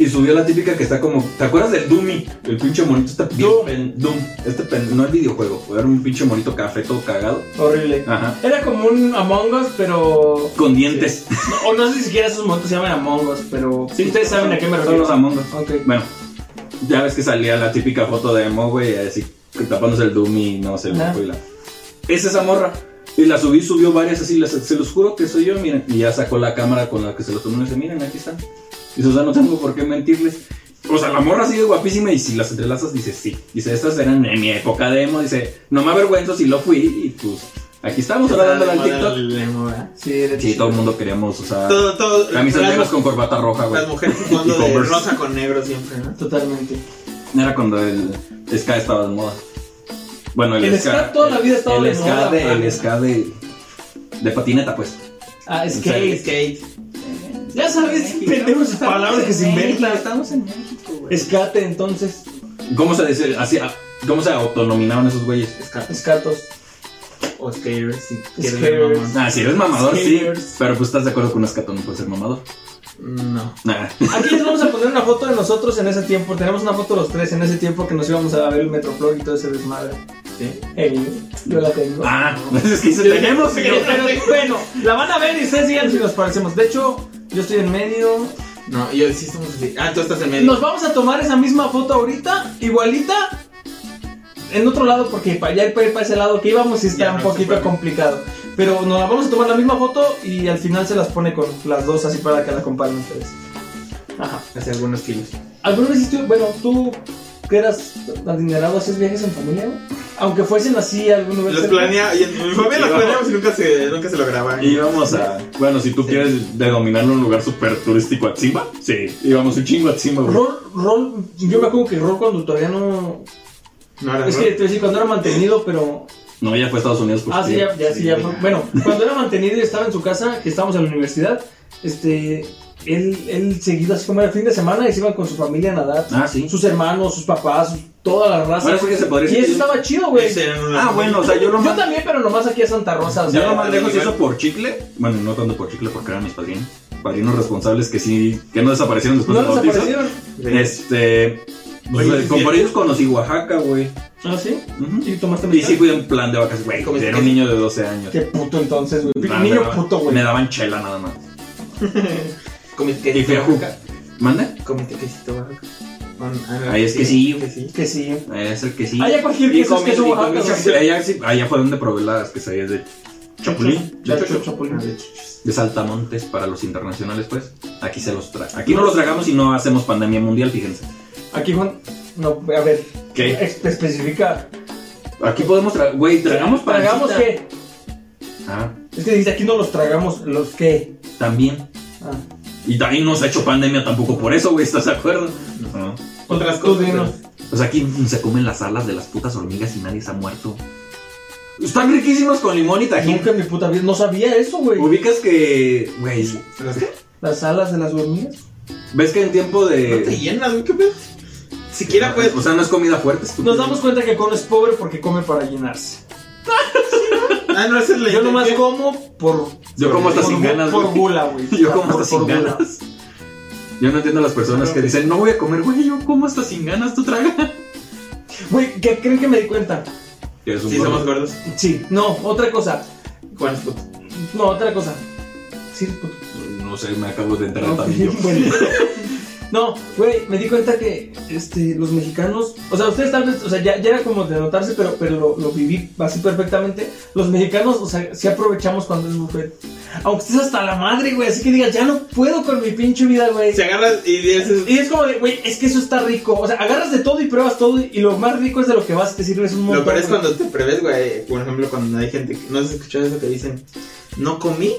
Speaker 2: Y subió la típica que está como, ¿te acuerdas del Doomy? El pinche monito está bien
Speaker 3: Doom.
Speaker 2: pen- Doom. Este pen- no es videojuego, era un pinche monito café todo cagado.
Speaker 3: Horrible.
Speaker 2: Ajá.
Speaker 3: Era como un Among Us, pero.
Speaker 2: Con dientes.
Speaker 3: no- O no sé si siquiera esos momentos se llaman Among Us, pero. ustedes saben a qué me
Speaker 2: Son
Speaker 3: refiero.
Speaker 2: los Among Us.
Speaker 3: Ok.
Speaker 2: Bueno, ya ves que salía la típica foto de Emo, güey, así tapándose el Doom y no sé,
Speaker 3: Ajá.
Speaker 2: güey, la- Es esa morra. Y la subí, subió varias así, las- se los juro que soy yo, miren. Y ya sacó la cámara con la que se lo tomó y dice, miren, aquí están. Y o sea, no tengo por qué mentirles. O sea, la morra sigue guapísima y si las entrelazas, dice, sí. Dice, estas eran en mi época de emo. Dice, no me avergüenzo si lo fui. Y pues, aquí estamos ahora dándole al TikTok.
Speaker 1: El emo, ¿verdad?
Speaker 3: Sí, de
Speaker 2: Sí, todo el mundo queríamos, o sea,
Speaker 1: Todo, todo.
Speaker 2: camisas
Speaker 1: las-
Speaker 2: negras con corbata roja, güey.
Speaker 1: Las mujeres jugando
Speaker 2: Y
Speaker 1: de
Speaker 2: Converse.
Speaker 1: rosa con negro siempre, ¿no?
Speaker 3: Totalmente.
Speaker 2: Era cuando el ska estaba de moda. Bueno, el,
Speaker 3: El ska toda la vida ha estado
Speaker 2: el
Speaker 3: de
Speaker 2: ska
Speaker 3: moda,
Speaker 2: De,
Speaker 3: man.
Speaker 2: el ska de, de patineta, pues.
Speaker 3: Ah, es
Speaker 2: Sí,
Speaker 3: que.
Speaker 1: Skate.
Speaker 3: Ya sabes, pendejos esas palabras que se inventan.
Speaker 2: Estamos en México,
Speaker 3: Escate, entonces.
Speaker 2: ¿Cómo se dice? Hacía- ¿Cómo se autonominaban esos güeyes?
Speaker 1: Skate.
Speaker 3: Escatos.
Speaker 1: O skaters, si quieren
Speaker 3: Skaters.
Speaker 1: ver mamón.
Speaker 2: Ah, si eres mamador, sí.
Speaker 3: Skaters.
Speaker 2: Pero pues estás de acuerdo que un escato no puede ser mamador.
Speaker 1: No.
Speaker 2: Nah.
Speaker 3: Aquí les vamos a poner una foto de nosotros en ese tiempo. Tenemos una foto los tres en ese tiempo que nos íbamos a ver el Metroflog y todo ese desmadre.
Speaker 1: Sí.
Speaker 3: Hey, yo la tengo.
Speaker 2: Ah, es que dice, tenemos.
Speaker 3: Pero, pero, bueno, la van a ver y ustedes digan si nos parecemos. De hecho, yo estoy en medio.
Speaker 1: No, yo sí estamos así. Ah, tú estás en medio.
Speaker 3: Nos vamos a tomar esa misma foto ahorita, igualita, en otro lado, porque para allá y para ir para ese lado que íbamos sí está
Speaker 1: Ya
Speaker 3: un
Speaker 1: no se
Speaker 3: poquito
Speaker 1: puede.
Speaker 3: complicado. Pero nos la vamos a tomar la misma foto y al final se las pone con las dos así para que la comparen ustedes. Ajá.
Speaker 1: Hace algunos kilos.
Speaker 3: ¿Alguna vez hiciste- bueno, tú que eras adinerado, haces viajes en familia? güey? Aunque fuesen así, alguna vez.
Speaker 1: Los
Speaker 3: cerca?
Speaker 1: planea, y en mi familia los planeamos y nunca se, nunca se lo graban.
Speaker 2: Íbamos a. Bueno, si tú quieres denominarlo un lugar súper turístico a Tzimba, sí. Íbamos un chingo a Tzimba, güey.
Speaker 3: Rol, rol, yo me acuerdo que rol cuando todavía no,
Speaker 1: No, ahora
Speaker 3: Es
Speaker 1: no.
Speaker 3: que te voy a decir, cuando era mantenido, pero.
Speaker 2: No, ya fue a Estados Unidos. pues,
Speaker 3: Ah, sí, ya, ya, sí, ya. fue- Bueno, cuando era mantenido y estaba en su casa, que estábamos en la universidad, este. Él, él seguido así como era fin de semana y se iban con su familia a nadar.
Speaker 2: Ah, sí.
Speaker 3: Sus hermanos, sus papás, su- toda la raza.
Speaker 2: Bueno, pues, es que se podría
Speaker 3: Ah, y
Speaker 2: decir
Speaker 3: eso
Speaker 2: que-
Speaker 3: estaba chido, güey.
Speaker 1: Ese era una-
Speaker 2: Ah, bueno, o sea, yo lo
Speaker 3: Yo
Speaker 2: más,
Speaker 3: también, pero nomás aquí a Santa Rosa. o
Speaker 2: yo
Speaker 3: sea,
Speaker 2: lo más lejos
Speaker 1: igual.
Speaker 2: hizo por chicle. Bueno, no tanto por chicle porque eran mis padrinos. Padrinos responsables que sí, que no desaparecieron después
Speaker 3: No
Speaker 2: del bautizo.
Speaker 3: desaparecieron.
Speaker 2: Este. pues,
Speaker 1: Oye,
Speaker 2: eh, con
Speaker 1: ¿sí?
Speaker 2: por ellos conocí Oaxaca, güey.
Speaker 3: Ah, sí.
Speaker 2: Ujú.
Speaker 3: Y tomaste
Speaker 2: Y
Speaker 3: mi.
Speaker 2: sí fui en plan de vacas, güey.
Speaker 1: ¿Comiste
Speaker 2: Era un
Speaker 1: qué?
Speaker 2: niño de 12 años.
Speaker 3: Qué puto entonces, güey.
Speaker 2: Nah, me
Speaker 3: Niño
Speaker 2: daban-
Speaker 3: puto,
Speaker 2: Me
Speaker 3: güey.
Speaker 2: daban chela nada más.
Speaker 1: Comiste quesito.
Speaker 2: Y fui a jugar. ¿Manda?
Speaker 1: Comiste quesito Oaxaca. Con- ah,
Speaker 2: Ahí es que sí.
Speaker 1: que sí.
Speaker 3: Que sí.
Speaker 2: Eh, Es el que sí.
Speaker 3: Allá cualquier
Speaker 2: Y
Speaker 3: queso es
Speaker 2: comí-
Speaker 3: queso
Speaker 2: y
Speaker 3: Oaxaca,
Speaker 2: comí
Speaker 3: güey.
Speaker 2: chapul- Allá sí- allá fue donde probé las quesadillas de Chapulín.
Speaker 3: Chacho,
Speaker 2: Chacho-
Speaker 3: chapulín.
Speaker 1: Ah, de chuchos.
Speaker 2: de saltamontes para los internacionales, pues. Aquí se los trae. Aquí no los tragamos y no hacemos pandemia mundial, fíjense.
Speaker 3: Aquí Juan. No, a ver.
Speaker 2: ¿Qué?
Speaker 3: Espe- especifica.
Speaker 2: Aquí podemos tragar. Güey, tragamos para.
Speaker 3: ¿Tragamos qué?
Speaker 2: Ah,
Speaker 3: Es que dice aquí no los tragamos, los qué.
Speaker 2: también.
Speaker 3: Ah.
Speaker 2: Y también nos ha hecho pandemia tampoco por eso, güey, ¿estás de acuerdo? No.
Speaker 1: Otras
Speaker 3: Tú
Speaker 1: cosas.
Speaker 3: dinos.
Speaker 1: pero-
Speaker 2: Pues aquí se comen las alas de las putas hormigas y nadie se ha muerto. Están riquísimos con limón y tajín.
Speaker 3: Nunca en mi puta vida. No sabía eso, güey.
Speaker 2: Ubicas que, güey,
Speaker 1: ¿Pero qué?
Speaker 3: Las alas de las hormigas.
Speaker 2: ves que en tiempo
Speaker 1: No te
Speaker 3: Eh,
Speaker 2: de... Ah,
Speaker 1: llenas, güey, qué pedo. Siquiera puedes.
Speaker 2: O sea, no es comida fuerte. estúpido.
Speaker 3: Nos damos cuenta que Con es pobre porque come para llenarse.
Speaker 1: Ah, no, esa es la
Speaker 3: Yo nomás
Speaker 1: intención.
Speaker 3: como por.
Speaker 2: Yo como hasta
Speaker 3: por-
Speaker 2: sin ganas,
Speaker 3: Por
Speaker 2: güey.
Speaker 3: gula, güey.
Speaker 2: Yo como
Speaker 3: Por-
Speaker 2: hasta sin
Speaker 3: por gula.
Speaker 2: ganas. Yo no entiendo a las personas que dicen, no voy a comer, güey, yo como hasta sin ganas, tú traga.
Speaker 3: Güey, ¿qué creen que me di cuenta?
Speaker 2: Que es un
Speaker 1: Sí,
Speaker 2: gordo.
Speaker 1: somos gordos.
Speaker 3: Sí. No, otra cosa.
Speaker 1: Juan es puto.
Speaker 3: No, otra cosa. Sí, pues, puto.
Speaker 2: No sé, me acabo de enterar
Speaker 3: No,
Speaker 2: también yo.
Speaker 3: bueno. No, güey, me di cuenta que este, los mexicanos, o sea, ustedes tal vez, o sea, ya, ya era como de notarse, pero, pero lo, lo viví así perfectamente. Los mexicanos, o sea, sí aprovechamos cuando es buffet. Aunque estés hasta la madre, güey, así que digas, ya no puedo con mi pinche vida, güey.
Speaker 1: Se agarras y dices.
Speaker 3: Y es como de, güey, es que eso está rico. O sea, agarras de todo y pruebas todo y lo más rico es de lo que vas, te sirves un montón.
Speaker 1: Lo peor es
Speaker 3: güey.
Speaker 1: cuando te prevés, güey. Por ejemplo, cuando hay gente que no has escuchado eso que dicen, no comí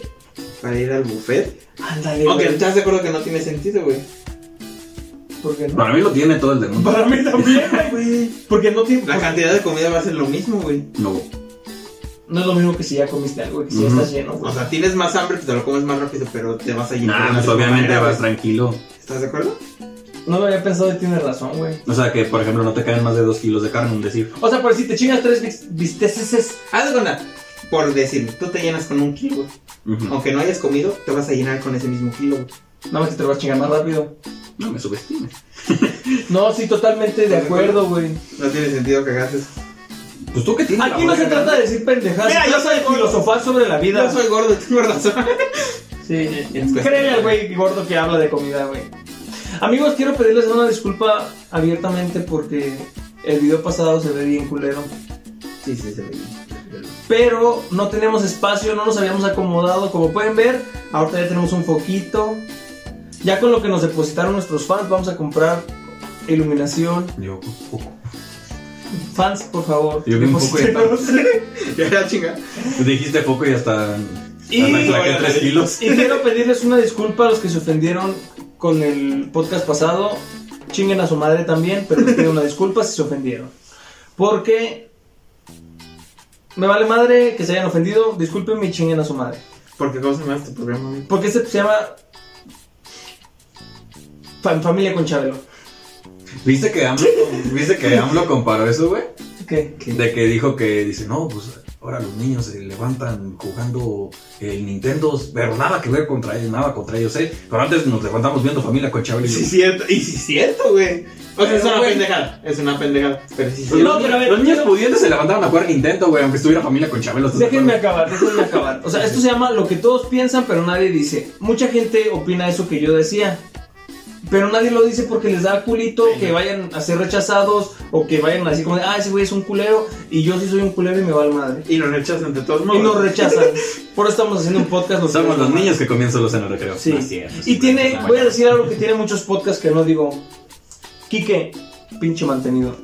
Speaker 1: para ir al buffet.
Speaker 3: Ándale,
Speaker 1: Aunque
Speaker 3: güey.
Speaker 1: estás de acuerdo que no tiene sentido, güey.
Speaker 3: ¿Por qué no?
Speaker 2: Para mí lo tiene todo el del mundo.
Speaker 3: Para mí también, güey. Porque no tiene...
Speaker 1: La cantidad de comida va a ser lo mismo, güey.
Speaker 2: No.
Speaker 3: No es lo mismo que si ya comiste algo, que si ya
Speaker 2: Ujú.
Speaker 3: estás lleno, güey.
Speaker 1: O sea, tienes más hambre, pues te lo comes más rápido, pero te vas a llenar.
Speaker 2: Nah,
Speaker 1: de
Speaker 2: pues
Speaker 1: otra
Speaker 2: obviamente
Speaker 1: manera,
Speaker 2: vas
Speaker 1: güey.
Speaker 2: tranquilo.
Speaker 1: ¿Estás de acuerdo?
Speaker 3: No lo había pensado y tienes razón, güey.
Speaker 2: O sea, que por ejemplo no te caen más de dos kilos de carne, un decir.
Speaker 3: O sea, pero si te chingas tres bis- bisteces,
Speaker 1: Haz de cuenta. Por decir, tú te llenas con un kilo, güey.
Speaker 2: Ujú.
Speaker 1: Aunque no hayas comido, te vas a llenar con ese mismo kilo, güey.
Speaker 3: nada más que te lo vas a chingar más rápido.
Speaker 2: No me subestimes.
Speaker 3: No, sí, totalmente de acuerdo, güey.
Speaker 1: No tiene sentido que hagas eso.
Speaker 2: Pues tú que tienes.
Speaker 3: Aquí no se trata de decir pendejadas,
Speaker 1: Mira,
Speaker 3: se
Speaker 1: yo
Speaker 3: trata
Speaker 1: soy
Speaker 3: de
Speaker 1: gordo.
Speaker 3: filosofar sobre la vida.
Speaker 1: Yo soy Eh, gordo, tengo razón.
Speaker 3: Sí,
Speaker 1: Es cuestión.
Speaker 3: créele al güey gordo que habla de comida, güey. Amigos, quiero pedirles una disculpa abiertamente porque el video pasado se ve bien culero.
Speaker 1: Sí, sí, se ve.
Speaker 3: Pero no tenemos espacio, no nos habíamos acomodado. Como pueden ver, ahorita ya tenemos un foquito. Ya con lo que nos depositaron nuestros fans, vamos a comprar iluminación.
Speaker 2: Yo un poco.
Speaker 3: Fans, por favor.
Speaker 2: Yo vi un poco de
Speaker 3: deposítenos.
Speaker 1: Ya, ya, chinga.
Speaker 2: Dijiste poco y hasta.
Speaker 3: Y-
Speaker 2: hasta me claqué tres kilos.
Speaker 3: Y quiero pedirles una disculpa a los que se ofendieron con el podcast pasado. Chinguen a su madre también, pero les pido una disculpa si se ofendieron. Porque me vale madre que se hayan ofendido. Discúlpenme y chinguen a su madre.
Speaker 1: Porque cómo se llama este programa, güey?
Speaker 3: Porque este se llama Fam- Familia con Chabelo.
Speaker 2: ¿Viste que AMLO, ¿Viste que AMLO comparó eso, güey?
Speaker 3: ¿Qué?
Speaker 2: De que dijo que dice, no, pues ahora los niños se levantan jugando el Nintendo, pero nada que ver contra ellos, nada contra ellos, ¿eh? Pero antes nos levantamos viendo familia con Chabelo y yo,
Speaker 1: Sí, cierto. Y sí, cierto, güey. O sea, es
Speaker 3: Pero,
Speaker 1: una
Speaker 3: güey.
Speaker 1: pendejada. Es una pendejada. Pero sí,
Speaker 2: Los
Speaker 1: cierto.
Speaker 3: No, pero a ver,
Speaker 2: los niños
Speaker 3: quiero-
Speaker 2: pudientes se levantaron a jugar Nintendo, güey, aunque estuviera familia con Chabelo. ¿estás de
Speaker 3: Déjenme
Speaker 2: acuerdo?
Speaker 3: acabar, déjenme acabar. O sea, esto se llama lo que todos piensan, pero nadie dice. Mucha gente opina eso que yo decía. Pero nadie lo dice porque les da culito
Speaker 1: Sí.
Speaker 3: que vayan a ser rechazados o que vayan así como, de, ah, ese güey es un culero y yo sí soy un culero y me va al madre.
Speaker 1: Y lo rechazan de todos
Speaker 3: Y
Speaker 1: modos.
Speaker 3: nos rechazan. Por eso estamos haciendo un podcast. nos
Speaker 2: Somos
Speaker 3: queremos
Speaker 2: los
Speaker 3: más.
Speaker 2: niños que comienzan solos en el recreo.
Speaker 3: Sí.
Speaker 2: No es pues cierto,
Speaker 3: y
Speaker 2: siempre
Speaker 3: tiene,
Speaker 2: nos
Speaker 3: voy a
Speaker 2: acompañan.
Speaker 3: decir algo que tiene muchos podcasts que no digo. Quique, pinche mantenido.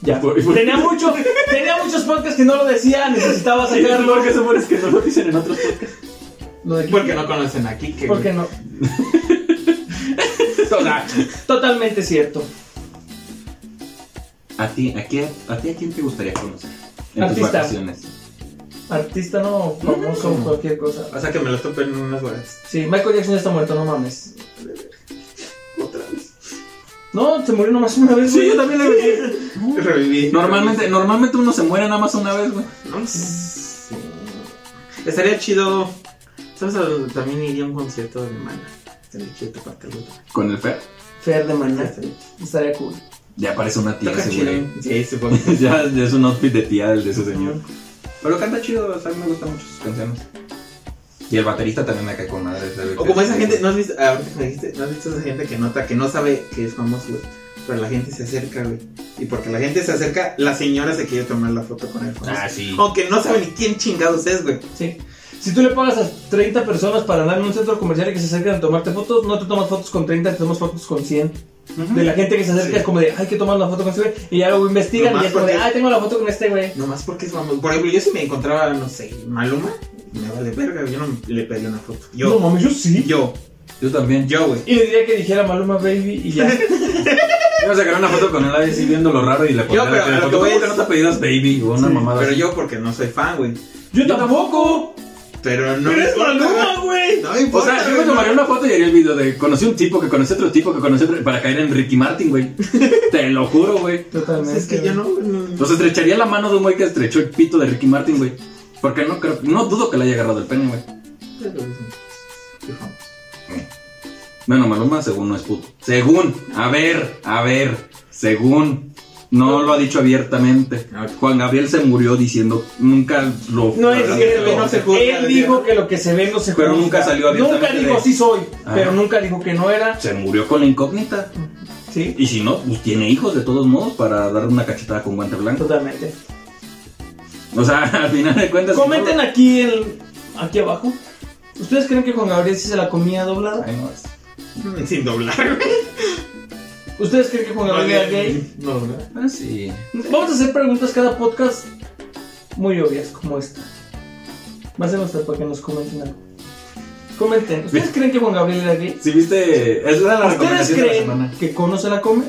Speaker 3: Ya.
Speaker 2: Por- por-
Speaker 3: Tenía mucho, tenía muchos podcasts que no lo decía, necesitaba
Speaker 2: Sí, es
Speaker 3: sacarlo.
Speaker 2: lo que se muere es que no lo dicen en otros podcasts.
Speaker 3: Lo de Quique.
Speaker 1: Porque no conocen a Kike.
Speaker 3: Porque no. Totalmente cierto.
Speaker 2: ¿A ti a, qué- a ti a quién te gustaría conocer? En tus
Speaker 3: Artista.
Speaker 2: vacaciones.
Speaker 3: Artista no famoso,
Speaker 2: ¿Cómo?
Speaker 3: cualquier cosa.
Speaker 1: O sea, que me lo topen en unas horas.
Speaker 3: Sí, Michael Jackson ya está muerto, no mames.
Speaker 1: Otra vez.
Speaker 3: No, se murió nomás una vez. güey.
Speaker 2: también le
Speaker 1: Reviví.
Speaker 2: Normalmente, normalmente uno se muere nada más una vez, güey.
Speaker 1: No, sí. Estaría chido. ¿Sabes? a dónde También iría a un concierto de Mana. Estaría chido toparte el otro.
Speaker 2: Con el Fer.
Speaker 3: Fer de maná. Estaría cool.
Speaker 2: Ya parece una tía
Speaker 1: Toca
Speaker 2: ese
Speaker 1: chido.
Speaker 2: güey.
Speaker 1: Sí, supongo.
Speaker 2: ya, ya es un outfit de tía el de ese señor. Pero canta chido, o sea, me gustan mucho sus canciones. Y el baterista también me cae con madre. ¿sabes?
Speaker 1: O como esa gente, ¿no has visto? Ahorita que me dijiste, ¿no has visto esa gente que nota que no sabe que es famoso, güey? Pero la gente se acerca, güey. Y porque la gente se acerca, la señora se quiere tomar la foto con el famoso.
Speaker 2: Ah, sí.
Speaker 1: Aunque no sabe ni quién chingados es, güey.
Speaker 3: Sí. Si tú le pagas a 30 personas para andar en un centro comercial y que se acerquen a tomarte fotos, no te tomas fotos con 30, te tomas fotos con 100. De la gente que se acerca
Speaker 1: Mm. Sí.
Speaker 3: es como de, ay, que tomar la foto con este güey. Y ya luego investigan
Speaker 1: Nomás
Speaker 3: y es como de,
Speaker 1: porque-
Speaker 3: ay, tengo la foto con este güey.
Speaker 1: Nomás porque es mamón. Por ejemplo, yo si me encontraba, no sé, Maluma, me vale verga, yo no le pedí una foto.
Speaker 3: No
Speaker 1: Yo,
Speaker 3: mames, yo sí.
Speaker 1: yo,
Speaker 2: Yo también.
Speaker 1: yo, güey.
Speaker 3: Y le diría que dijera Maluma Baby y ya.
Speaker 2: Yo me sacaré una foto con él ahí así viendo lo raro y le pondré
Speaker 1: Yo, pero
Speaker 2: la cara.
Speaker 1: a lo que
Speaker 2: ¿Cómo
Speaker 1: voy
Speaker 2: que
Speaker 1: es-
Speaker 2: no te apellidas baby o una
Speaker 3: Sí,
Speaker 2: mamada?
Speaker 1: Pero
Speaker 2: así?
Speaker 1: yo porque no soy fan, güey.
Speaker 3: yo tampoco.
Speaker 1: Pero no.
Speaker 3: Pero
Speaker 1: me
Speaker 3: es
Speaker 1: importa,
Speaker 3: Maluma, güey.
Speaker 1: No me
Speaker 2: O
Speaker 1: importa.
Speaker 2: sea, yo me
Speaker 1: güey, no.
Speaker 2: tomaría una foto y haría el video de conocí un tipo que conocí otro tipo que conocí otro para caer en Ricky Martin, güey. Te lo juro, güey.
Speaker 1: Pues
Speaker 3: Totalmente.
Speaker 1: Es que yo no, güey, no.
Speaker 2: Los estrecharía la mano de un güey que estrechó el pito de Ricky Martin, güey. Porque no creo, no dudo que le haya agarrado el pene, güey. Bueno, Maluma según no es puto. Según, a ver, a ver, según. No lo ha dicho abiertamente.
Speaker 1: Ah, ok.
Speaker 2: Juan Gabriel se murió diciendo nunca lo.
Speaker 3: No es
Speaker 1: Pero
Speaker 3: cierto.
Speaker 1: no se juzga,
Speaker 3: Él
Speaker 1: decía.
Speaker 3: dijo que lo que se ve no se
Speaker 2: Pero
Speaker 3: juzga.
Speaker 2: nunca salió
Speaker 3: Nunca
Speaker 2: abiertamente
Speaker 3: dijo
Speaker 2: de-
Speaker 3: sí soy,
Speaker 2: Ah.
Speaker 3: pero nunca dijo que no era.
Speaker 2: Se murió con la incógnita.
Speaker 3: Sí,
Speaker 2: Y si no, pues tiene hijos de todos modos para darle una cachetada con guante blanco.
Speaker 3: totalmente.
Speaker 2: O sea, al final de cuentas.
Speaker 3: Comenten aquí en aquí abajo. ¿Ustedes creen que Juan Gabriel sí se la comía doblada?
Speaker 2: Ay, no, es-
Speaker 1: Mm, Sin doblar, güey.
Speaker 3: ¿Ustedes creen que Juan
Speaker 1: No,
Speaker 3: Gabriel era gay?
Speaker 1: No, ¿verdad?
Speaker 2: Ah, sí.
Speaker 3: Vamos a hacer preguntas cada podcast muy obvias como esta. Va a ser nuestra para que nos comenten algo. Comenten, ¿ustedes creen que Juan Gabriel era gay?
Speaker 2: Si viste. Es la
Speaker 3: ¿Ustedes
Speaker 2: recomendación de la
Speaker 3: creen
Speaker 2: semana.
Speaker 3: que Cono se la come?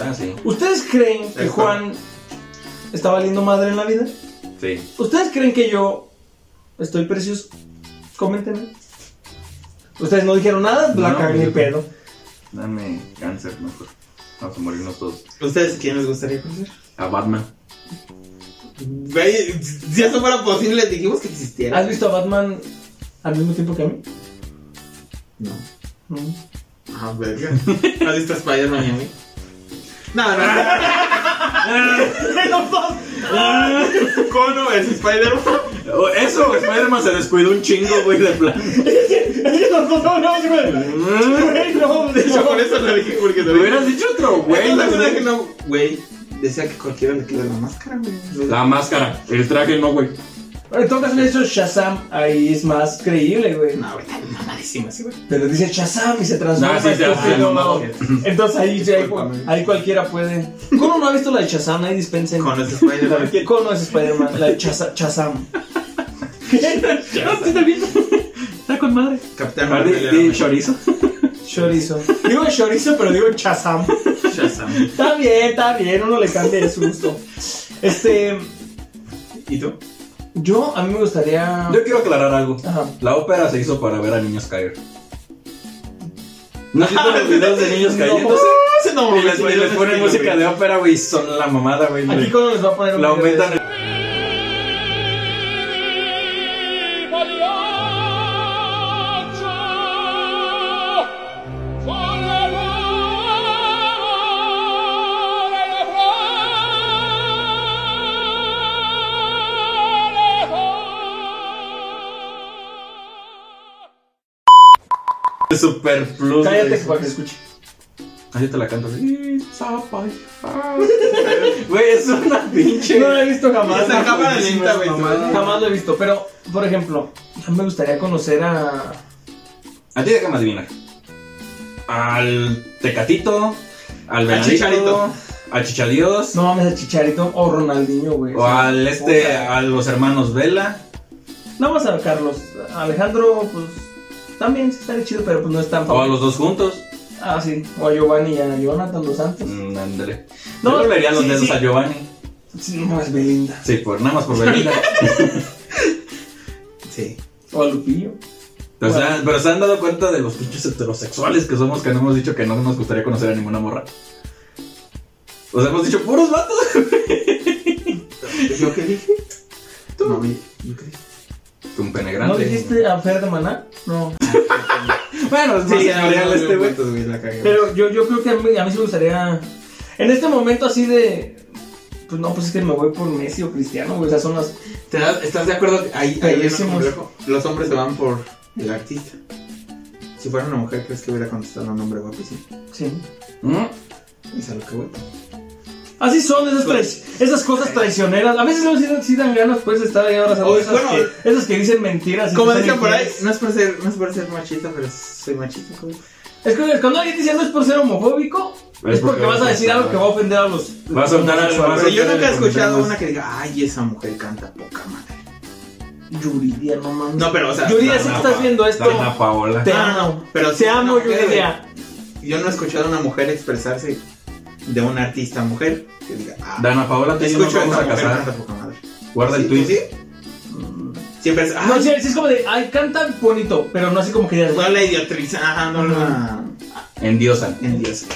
Speaker 2: Ah, sí.
Speaker 3: ¿Ustedes creen que
Speaker 1: Está.
Speaker 3: Juan está valiendo madre en la vida?
Speaker 2: Sí.
Speaker 3: ¿Ustedes creen que yo estoy precioso? Coméntenme. Ustedes no dijeron nada, la
Speaker 2: No,
Speaker 3: cagué
Speaker 2: yo-
Speaker 3: pedo.
Speaker 2: Dame cáncer, mejor. Vamos a morirnos todos.
Speaker 1: ¿Ustedes quién les gustaría conocer?
Speaker 2: A Batman.
Speaker 1: Güey, si eso fuera posible, dijimos que existiera.
Speaker 3: ¿Has visto a Batman al mismo tiempo que a mí?
Speaker 1: No.
Speaker 3: No.
Speaker 1: Ah, verga. ¿Has visto a Spider-Man y a mí? No, no. Cono es Spider-Man.
Speaker 2: Oh, Eso, Spider-Man se descuidó un chingo, güey, de plan. Mm.
Speaker 1: De hecho, por eso lo dije porque
Speaker 2: Te
Speaker 1: lo
Speaker 2: hubieras dicho otro, güey.
Speaker 1: Güey, la
Speaker 2: Este no
Speaker 1: verdad que
Speaker 2: sé.
Speaker 1: no. Güey, decía que cualquiera le queda la máscara, güey.
Speaker 2: La máscara, el traje no, güey.
Speaker 3: En todo caso, le hizo Shazam, ahí es más creíble, güey.
Speaker 1: No, güey, está mamadísima, sí, güey.
Speaker 3: Pero dice Shazam y se transforma.
Speaker 2: No, sí, sí,
Speaker 3: entonces,
Speaker 2: ah,
Speaker 3: no,
Speaker 2: no,
Speaker 3: Entonces ahí, sí, ahí,
Speaker 1: Discúlpame.
Speaker 3: ahí cualquiera puede. ¿Cómo no ha visto la de Shazam? Ahí dispensen.
Speaker 1: Cono es Spider-Man.
Speaker 3: ¿Cómo no es Spider-Man? La de Chaza- Shazam.
Speaker 2: Está con madre.
Speaker 1: Capitán Marvel.
Speaker 2: ¿De,
Speaker 1: era
Speaker 2: de
Speaker 1: mejor.
Speaker 2: chorizo?
Speaker 3: Chorizo. Digo chorizo, pero digo Shazam.
Speaker 1: Shazam.
Speaker 3: Está bien, está bien, uno le cambia de su gusto. Este,
Speaker 1: ¿Y tú?
Speaker 3: yo a mí me gustaría.
Speaker 2: Yo quiero aclarar algo.
Speaker 3: Ajá.
Speaker 2: La ópera se hizo para ver a niños caer. ¿No has visto los videos de niños
Speaker 1: Ah,
Speaker 2: cayéndose?
Speaker 1: Ese no,
Speaker 2: Y les, y les ponen música de ópera, güey, y son la mamada, güey.
Speaker 3: Aquí
Speaker 2: Le-
Speaker 3: Cono les va a poner. un
Speaker 2: La
Speaker 3: video de
Speaker 2: aumentan. Super
Speaker 3: eso.
Speaker 2: plus.
Speaker 3: Cállate
Speaker 2: güey.
Speaker 3: para que se escuche.
Speaker 2: Ah, yo te la canto así. Güey, es una pinche.
Speaker 3: No lo he visto jamás.
Speaker 1: Esa cámara lenta, güey.
Speaker 3: Jamás lo he visto, pero, por ejemplo, a mí me gustaría conocer a.
Speaker 2: A ti déjame adivinar. Al Tecatito, al
Speaker 1: Al
Speaker 2: Benadito,
Speaker 1: Chicharito.
Speaker 2: al Chichadios,
Speaker 3: No mames, a Chicharito o Ronaldinho, güey.
Speaker 2: o al este, a los hermanos Vela.
Speaker 3: No vas a Carlos. Alejandro, pues. También sí estaría chido, pero pues no es tan
Speaker 2: O a
Speaker 3: famoso.
Speaker 2: los dos juntos.
Speaker 3: Ah, sí. O a Giovanni y a Jonathan los Santos.
Speaker 2: Mm, ándale.
Speaker 3: No,
Speaker 2: No, Yo volvería los
Speaker 3: sí,
Speaker 2: dedos
Speaker 3: sí.
Speaker 2: a Giovanni.
Speaker 3: Sí, no es Belinda.
Speaker 2: Sí, por nada más por Belinda.
Speaker 1: Sí.
Speaker 3: O a Lupillo.
Speaker 2: O sea, pero se han dado cuenta de los pinches heterosexuales que somos que no hemos dicho que no nos gustaría conocer a ninguna morra. O sea, hemos dicho puros vatos.
Speaker 1: ¿Yo qué dije? Tú. No, güey, ¿yo qué dije?
Speaker 2: Con pene grande.
Speaker 3: ¿No dijiste a Fer de Maná? No.
Speaker 2: Bueno, es más
Speaker 1: Sí, ya,
Speaker 2: señorial
Speaker 1: no,
Speaker 2: este
Speaker 1: no,
Speaker 2: güey.
Speaker 1: güey, la cagué.
Speaker 3: Pero yo, yo creo que a mí, a mí sí me gustaría. En este momento así de. Pues no, pues es que me voy por Messi o Cristiano, güey. O sea, son las.
Speaker 1: ¿Te das- ¿Estás de acuerdo? que Ahí, ahí es un
Speaker 3: Perrísimos.
Speaker 1: complejo. Los hombres se van por el artista. Si fuera una mujer, ¿crees que hubiera contestado a un hombre guapísimo?
Speaker 3: Sí.
Speaker 2: ¿Mm?
Speaker 1: Es a lo que voy.
Speaker 3: Así son esas,
Speaker 1: Pues,
Speaker 3: trai- esas cosas traicioneras. A veces no sí, sí dan ganas, pues, de estar ahí abrazando
Speaker 1: Oye,
Speaker 3: esas,
Speaker 1: bueno, eh,
Speaker 3: que, esas que dicen mentiras. y
Speaker 1: Como
Speaker 3: no saben
Speaker 1: dicen por
Speaker 3: qué
Speaker 1: ahí,
Speaker 3: es.
Speaker 1: no es por ser, no es por ser machista, pero soy machista. ¿cómo?
Speaker 3: Es que cuando alguien dice no es por ser homofóbico, es, porque vas a decir algo que va a ofender a los.
Speaker 2: Va a soltar algo,
Speaker 3: homosexuales.
Speaker 2: va a
Speaker 1: Pero yo nunca he
Speaker 2: soltar el comentario
Speaker 1: escuchado
Speaker 2: más-
Speaker 1: una que diga, ay, esa mujer canta poca madre.
Speaker 3: Yuridia, no mames.
Speaker 1: No, pero, o sea,
Speaker 3: Yuridia,
Speaker 1: Dana
Speaker 3: si estás viendo esto,
Speaker 2: Dana Paola.
Speaker 3: te
Speaker 1: No, no,
Speaker 3: amo.
Speaker 1: no, pero sí
Speaker 3: te
Speaker 1: es
Speaker 3: amo,
Speaker 1: una mujer,
Speaker 3: Yuridia.
Speaker 1: Yo no he escuchado a una mujer expresarse de un artista mujer que diga, ah,
Speaker 2: Dana Paola, te digo, nos
Speaker 1: escucho a
Speaker 2: vamos
Speaker 1: esa
Speaker 2: a
Speaker 1: mujer
Speaker 2: casar.
Speaker 1: canta poca madre.
Speaker 2: Guarda el
Speaker 1: ¿Sí? ¿Tú
Speaker 2: tweet.
Speaker 1: sí? Siempre es,
Speaker 3: No,
Speaker 1: ah,
Speaker 3: sí, sí, es como de, ay, canta bonito, pero no así como que ya.
Speaker 1: no la idiotriza, ajá, no la
Speaker 2: En Diosa.
Speaker 1: endiosa.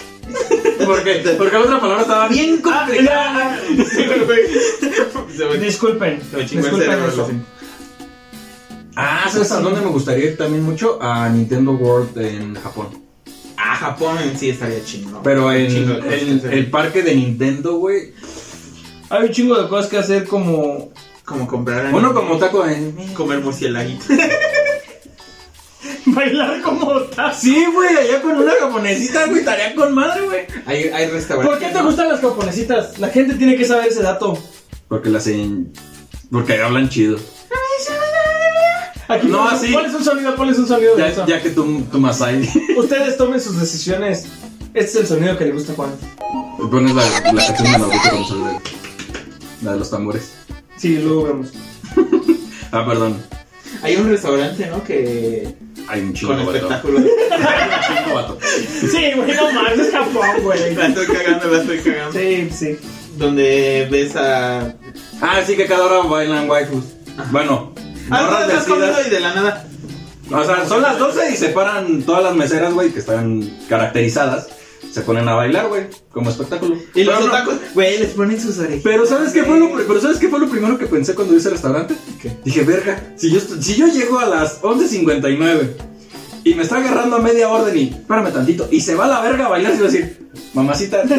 Speaker 2: ¿Por qué? Porque la otra palabra estaba bien
Speaker 3: Ah, ya,
Speaker 1: Se
Speaker 3: ya.
Speaker 1: me-
Speaker 3: Disculpen.
Speaker 1: se me chingó el
Speaker 3: Disculpen
Speaker 1: cerebro,
Speaker 3: eso.
Speaker 1: lo siento.
Speaker 2: Ah, ¿sabes a dónde me gustaría ir también mucho? A Nintendo World en Japón.
Speaker 1: Ah, Japón en sí estaría chingón.
Speaker 2: Pero en
Speaker 1: Chingo de
Speaker 2: el,
Speaker 1: cosas que hacer.
Speaker 2: el parque de Nintendo, güey.
Speaker 3: Hay un chingo de cosas que hacer como.
Speaker 1: Como comprar
Speaker 2: Uno como taco de...
Speaker 1: Comer murcielaguito.
Speaker 3: Bailar como taxi.
Speaker 2: Sí, güey, allá con una japonesita, güey, estaría con madre, güey.
Speaker 1: Hay, hay restaurantes.
Speaker 3: ¿Por qué te gustan las japonesitas? La gente tiene que saber ese dato.
Speaker 2: Porque las en... Porque hablan chido.
Speaker 3: Aquí
Speaker 2: No,
Speaker 3: pones-
Speaker 2: así.
Speaker 3: Pones un sonido, pones un sonido de eso.
Speaker 2: Ya, ya que tú, tú más hay,
Speaker 3: Ustedes tomen sus decisiones. Este es el sonido que le gusta a Juan.
Speaker 2: pones la, la canción de Naruto con su dedo. La de los tambores.
Speaker 3: Sí, luego vemos.
Speaker 2: Ah, perdón.
Speaker 1: Hay un restaurante, ¿no? Que.
Speaker 2: Hay un chingo,
Speaker 1: Con este
Speaker 2: vato.
Speaker 1: espectáculo.
Speaker 2: Un chingo, vato.
Speaker 3: Sí, güey, no mames, es Japón, güey.
Speaker 1: La estoy cagando, la estoy cagando.
Speaker 3: Sí, sí.
Speaker 1: Donde ves a.
Speaker 2: Ah, sí que cada hora bailan waifus. Bueno,
Speaker 1: Ah,
Speaker 2: morras
Speaker 1: no, estás comiendo
Speaker 2: vestidas.
Speaker 1: y de la nada.
Speaker 2: O sea, son las 12 y se paran todas las meseras, güey, que están caracterizadas. Se ponen a bailar, güey, como espectáculo.
Speaker 1: Y los
Speaker 2: Pero no-
Speaker 1: otacos, güey, les ponen sus orejas.
Speaker 2: Pero ¿sabes qué fue lo pri- pero ¿sabes qué fue lo primero que pensé cuando vi ese restaurante?
Speaker 1: ¿Qué?
Speaker 2: Dije, "Verga, si yo estu- si yo llego a las 11:59 y me está agarrando a media orden y párame tantito y se va a la verga a bailar, se va a decir, "Mamacita, no,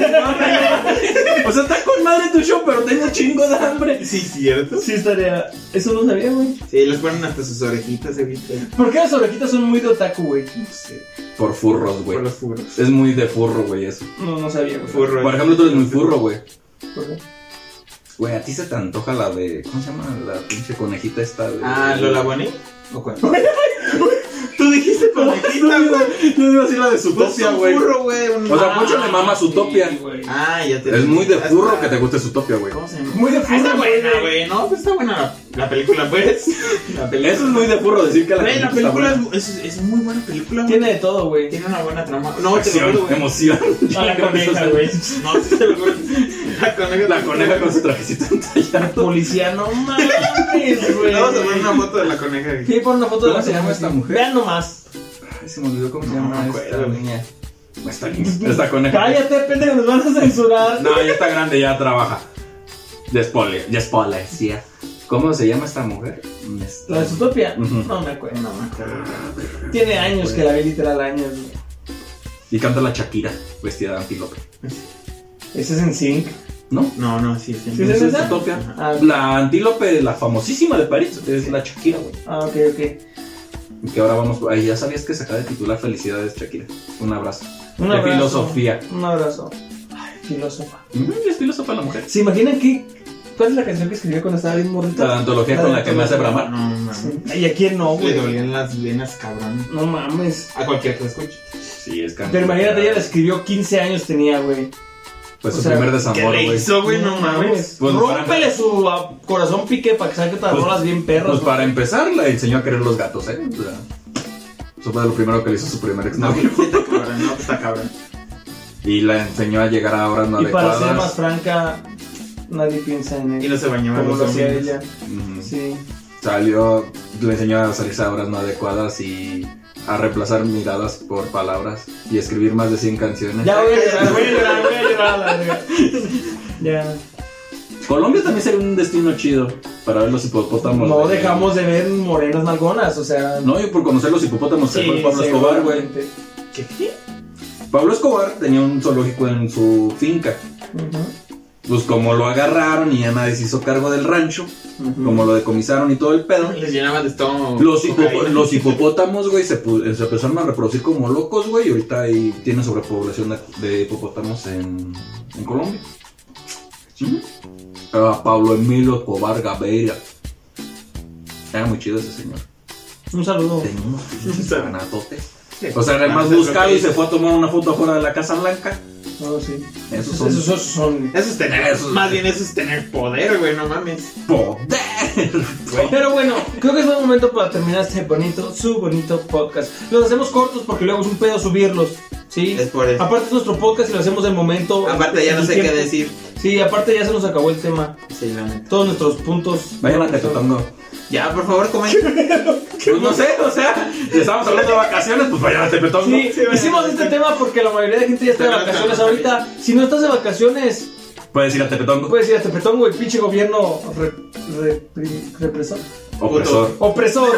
Speaker 2: no, no". O sea, está con madre tu show, pero tengo un chingo de hambre."
Speaker 1: Sí, cierto.
Speaker 3: Sí, estaría. Eso no sabía, güey.
Speaker 1: Sí, les ponen hasta sus orejitas, evidentemente.
Speaker 3: ¿Por qué las orejitas son muy de otaku, güey?
Speaker 1: No sé,
Speaker 2: Por furros, güey.
Speaker 1: por los furros.
Speaker 2: Es muy de furro, güey, eso.
Speaker 3: No, no sabía, güey.
Speaker 1: Furro.
Speaker 2: Por ejemplo, tú eres muy furro, güey.
Speaker 3: ¿Por qué?
Speaker 2: Güey, a ti se te antoja la de. ¿Cómo se llama? La pinche conejita esta de.
Speaker 1: Ah, ¿Lola Bonnie? ¿O cuál? Tú dijiste conejita,
Speaker 2: Yo
Speaker 1: güey.
Speaker 2: digo- Yo digo así la de su
Speaker 1: Tú un
Speaker 2: güey.
Speaker 1: furro, güey. un-
Speaker 2: O sea, mucho le mama su topia.
Speaker 3: Pues, Ah,
Speaker 1: Ah,
Speaker 3: Sí, güey.
Speaker 1: ya te
Speaker 2: Es muy de
Speaker 1: Hasta-
Speaker 2: furro que te guste su topia, güey.
Speaker 1: ¿Cómo se llama?
Speaker 3: Muy de
Speaker 1: Ah, está
Speaker 3: furro,
Speaker 1: buena, güey, ¿no? Pues está buena la, la película, pues. La película.
Speaker 2: Eso es muy de furro decir que la,
Speaker 1: Güey, la
Speaker 2: conejita
Speaker 1: película
Speaker 2: está
Speaker 1: es, es, es muy buena película, güey.
Speaker 3: Tiene de todo, güey.
Speaker 1: Tiene una buena trama.
Speaker 2: buena.
Speaker 1: No, te lo
Speaker 2: Acción,
Speaker 1: juro, güey.
Speaker 2: emoción.
Speaker 3: A Ah, la coneja, güey.
Speaker 1: No, te lo juro. La coneja.
Speaker 2: La coneja con su trajecito entallado.
Speaker 3: Policía, no mames, güey.
Speaker 1: Vamos a poner una foto de la coneja. güey.
Speaker 3: Sí, pon una foto de
Speaker 2: ¿Cómo
Speaker 3: la
Speaker 2: se llama esta mujer?
Speaker 3: Vean nomás.
Speaker 2: Ay, se me olvidó cómo se
Speaker 1: No,
Speaker 2: llama
Speaker 1: me
Speaker 2: esta
Speaker 1: acuerdo, güey.
Speaker 2: niña. Esta niña. Esta coneja.
Speaker 3: Cállate, pendejo, nos van a censurar.
Speaker 2: No, ya está grande, ya trabaja. Ya es poli- ya es policía. ¿Cómo se llama esta mujer? Este-
Speaker 3: ¿La de Zootopia?
Speaker 2: Ujú.
Speaker 3: No me acuerdo.
Speaker 1: No me acuerdo.
Speaker 3: Tiene años que la vi literal años, güey.
Speaker 2: Y canta la Shakira, vestida de antílope.
Speaker 3: Ese es en sync.
Speaker 2: ¿No?
Speaker 1: No, no, sí, sí.
Speaker 3: ¿Sí
Speaker 1: no.
Speaker 3: se
Speaker 2: ¿Esa
Speaker 3: ve
Speaker 2: es
Speaker 3: esa?
Speaker 2: Zootopia?
Speaker 3: Ah,
Speaker 2: La antílope, la famosísima de París, es la Shakira, güey.
Speaker 3: ah, ok, ok.
Speaker 2: Y Que ahora vamos. Ay, ya sabías que se acaba de titular Felicidades, Shakira. Un abrazo.
Speaker 3: Un
Speaker 2: De
Speaker 3: abrazo.
Speaker 2: filosofía.
Speaker 3: Un abrazo. Ay, filósofa.
Speaker 2: Mm, es filósofa la mujer.
Speaker 3: ¿Se imaginan qué? ¿Cuál es la canción que escribió cuando estaba bien morrita?
Speaker 2: La antología con la que me hace bramar.
Speaker 1: No, mames.
Speaker 3: Sí. ¿Y a quién no,
Speaker 1: Le
Speaker 3: güey?
Speaker 1: dolían las venas, cabrón.
Speaker 3: No mames.
Speaker 1: A cualquier que lo escuche.
Speaker 2: Sí, es
Speaker 3: Pero imagínate, ella la escribió 15 años tenía, güey.
Speaker 2: Pues
Speaker 3: o
Speaker 2: su
Speaker 3: sea,
Speaker 2: primer desamor, güey.
Speaker 1: güey? No mames.
Speaker 2: Pues
Speaker 3: Rómpele su ah, corazón pique para que saque otras
Speaker 2: Pues-
Speaker 3: rolas bien perras.
Speaker 2: Pues para empezar, le enseñó a querer los gatos, ¿eh? O sea, eso fue lo primero que le hizo su primer
Speaker 1: No,
Speaker 2: exnovio.
Speaker 1: está cabrón, no, está cabrón.
Speaker 2: Y la enseñó a llegar a horas no
Speaker 3: Y para ser más
Speaker 2: adecuadas.
Speaker 3: franca, nadie piensa en
Speaker 1: Y
Speaker 3: él.
Speaker 1: no se bañaba
Speaker 3: Como
Speaker 1: los
Speaker 3: lo hacía
Speaker 1: domingos.
Speaker 3: ella.
Speaker 2: Ujú.
Speaker 3: Sí.
Speaker 2: Salió, le enseñó a salirse a horas no adecuadas y a reemplazar miradas por palabras y escribir más de 100 canciones.
Speaker 3: Ya voy a llorar, voy a llorar, voy a llorar. a la verga. Ya.
Speaker 2: Colombia también sería un destino chido para ver los hipopótamos.
Speaker 3: No
Speaker 2: de-
Speaker 3: dejamos de ver morenas nalgonas, o sea.
Speaker 2: No, yo por conocer los hipopótamos se fue Pablo Escobar, güey.
Speaker 3: seguramente.
Speaker 1: ¿Qué?
Speaker 2: Pablo Escobar tenía un zoológico en su finca.
Speaker 3: Ujú,
Speaker 2: Pues como lo agarraron y ya nadie se hizo cargo del rancho,
Speaker 3: ujú.
Speaker 2: como lo decomisaron y todo el pedo.
Speaker 1: Les llenaba de estómago.
Speaker 2: Los, hipo-
Speaker 1: cocaína.
Speaker 2: los hipopótamos, güey, se, pu- se empezaron a reproducir como locos, güey, y ahorita ahí tiene sobrepoblación de, de hipopótamos en, en Colombia. A Pablo Emilio Escobar Gabeira. Era muy chido ese señor.
Speaker 3: Un saludo.
Speaker 2: Tenía unos pinches
Speaker 1: Sí.
Speaker 2: granatotes. O sea, además
Speaker 1: Eso es lo
Speaker 2: buscaba
Speaker 1: que
Speaker 2: y se
Speaker 1: dice.
Speaker 2: fue a tomar una foto afuera de la Casa Blanca.
Speaker 3: No, Oh, sí.
Speaker 2: Esos
Speaker 3: Esos,
Speaker 2: son
Speaker 3: esos, son.
Speaker 1: Eso es tener.
Speaker 2: Eso es-
Speaker 1: Más bien eso es tener poder, güey, no mames.
Speaker 2: poder. güey.
Speaker 3: Pero bueno, creo que es buen momento para terminar este bonito, su bonito podcast. Los hacemos cortos porque luego es un pedo subirlos. Sí.
Speaker 1: Es por eso.
Speaker 3: Aparte es nuestro podcast y lo hacemos de momento.
Speaker 1: Aparte ya no
Speaker 3: El
Speaker 1: sé qué
Speaker 3: tiempo.
Speaker 1: decir.
Speaker 3: Sí, aparte ya se nos acabó el tema.
Speaker 1: Sí, la neta.
Speaker 3: Todos nuestros puntos.
Speaker 2: Vayan a Tecotongo.
Speaker 1: Ya, por favor, comenten.
Speaker 2: Pues no sé, o sea, si estamos hablando de vacaciones, pues vayan a Tecotongo.
Speaker 3: Sí,
Speaker 1: Sí, bueno,
Speaker 3: hicimos
Speaker 1: sí.
Speaker 3: este tema porque la mayoría de gente ya está de
Speaker 1: Pero no
Speaker 3: vacaciones
Speaker 1: estamos
Speaker 3: ahorita. Si no estás de vacaciones,
Speaker 2: Puedes ir a Tepetongo.
Speaker 1: Pues,
Speaker 3: puedes ir a Tepetón, güey, pinche gobierno re- repri- represor.
Speaker 2: Opresor.
Speaker 3: Opresor.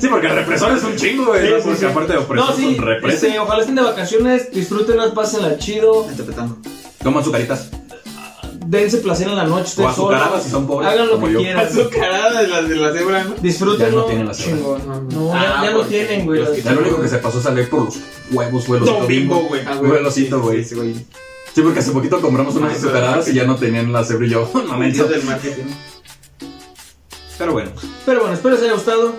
Speaker 2: Sí, porque el represor es un chingo, güey.
Speaker 3: Sí,
Speaker 2: ¿no?
Speaker 3: sí,
Speaker 2: porque
Speaker 3: sí.
Speaker 2: aparte de opresor,
Speaker 3: No, sí,
Speaker 2: son represa.
Speaker 3: este, ojalá estén de vacaciones, disfrútenlas, pásenla chido,
Speaker 1: Interpretando.
Speaker 2: Toman azucaritas.
Speaker 3: dense placer en la noche,
Speaker 2: O
Speaker 3: estén
Speaker 2: azucaradas si
Speaker 3: solos,
Speaker 2: son pobres.
Speaker 3: hagan lo
Speaker 2: como
Speaker 3: que
Speaker 2: yo.
Speaker 3: quieran,
Speaker 1: Azucarada de la de la cebra, ¿no?
Speaker 3: disfrútenlo,
Speaker 2: Ya no tienen la cebra.
Speaker 3: chingón. No, ya,
Speaker 1: Ah,
Speaker 3: ya lo
Speaker 1: porque
Speaker 3: tienen, güey.
Speaker 1: los
Speaker 3: las-
Speaker 1: que-
Speaker 2: Ya lo único que se pasó es salir por los huevos, güey. Los
Speaker 1: Don Bimbo, güey. Ah,
Speaker 2: Güey, los cito, güey.
Speaker 1: Sí, sí, güey.
Speaker 2: Sí, porque hace poquito compramos unas
Speaker 1: Ah, eso
Speaker 2: azucaradas y ya no tenían la cebra y yo. No me
Speaker 1: Dios del marketing.
Speaker 2: Pero bueno.
Speaker 3: Pero bueno, espero les haya gustado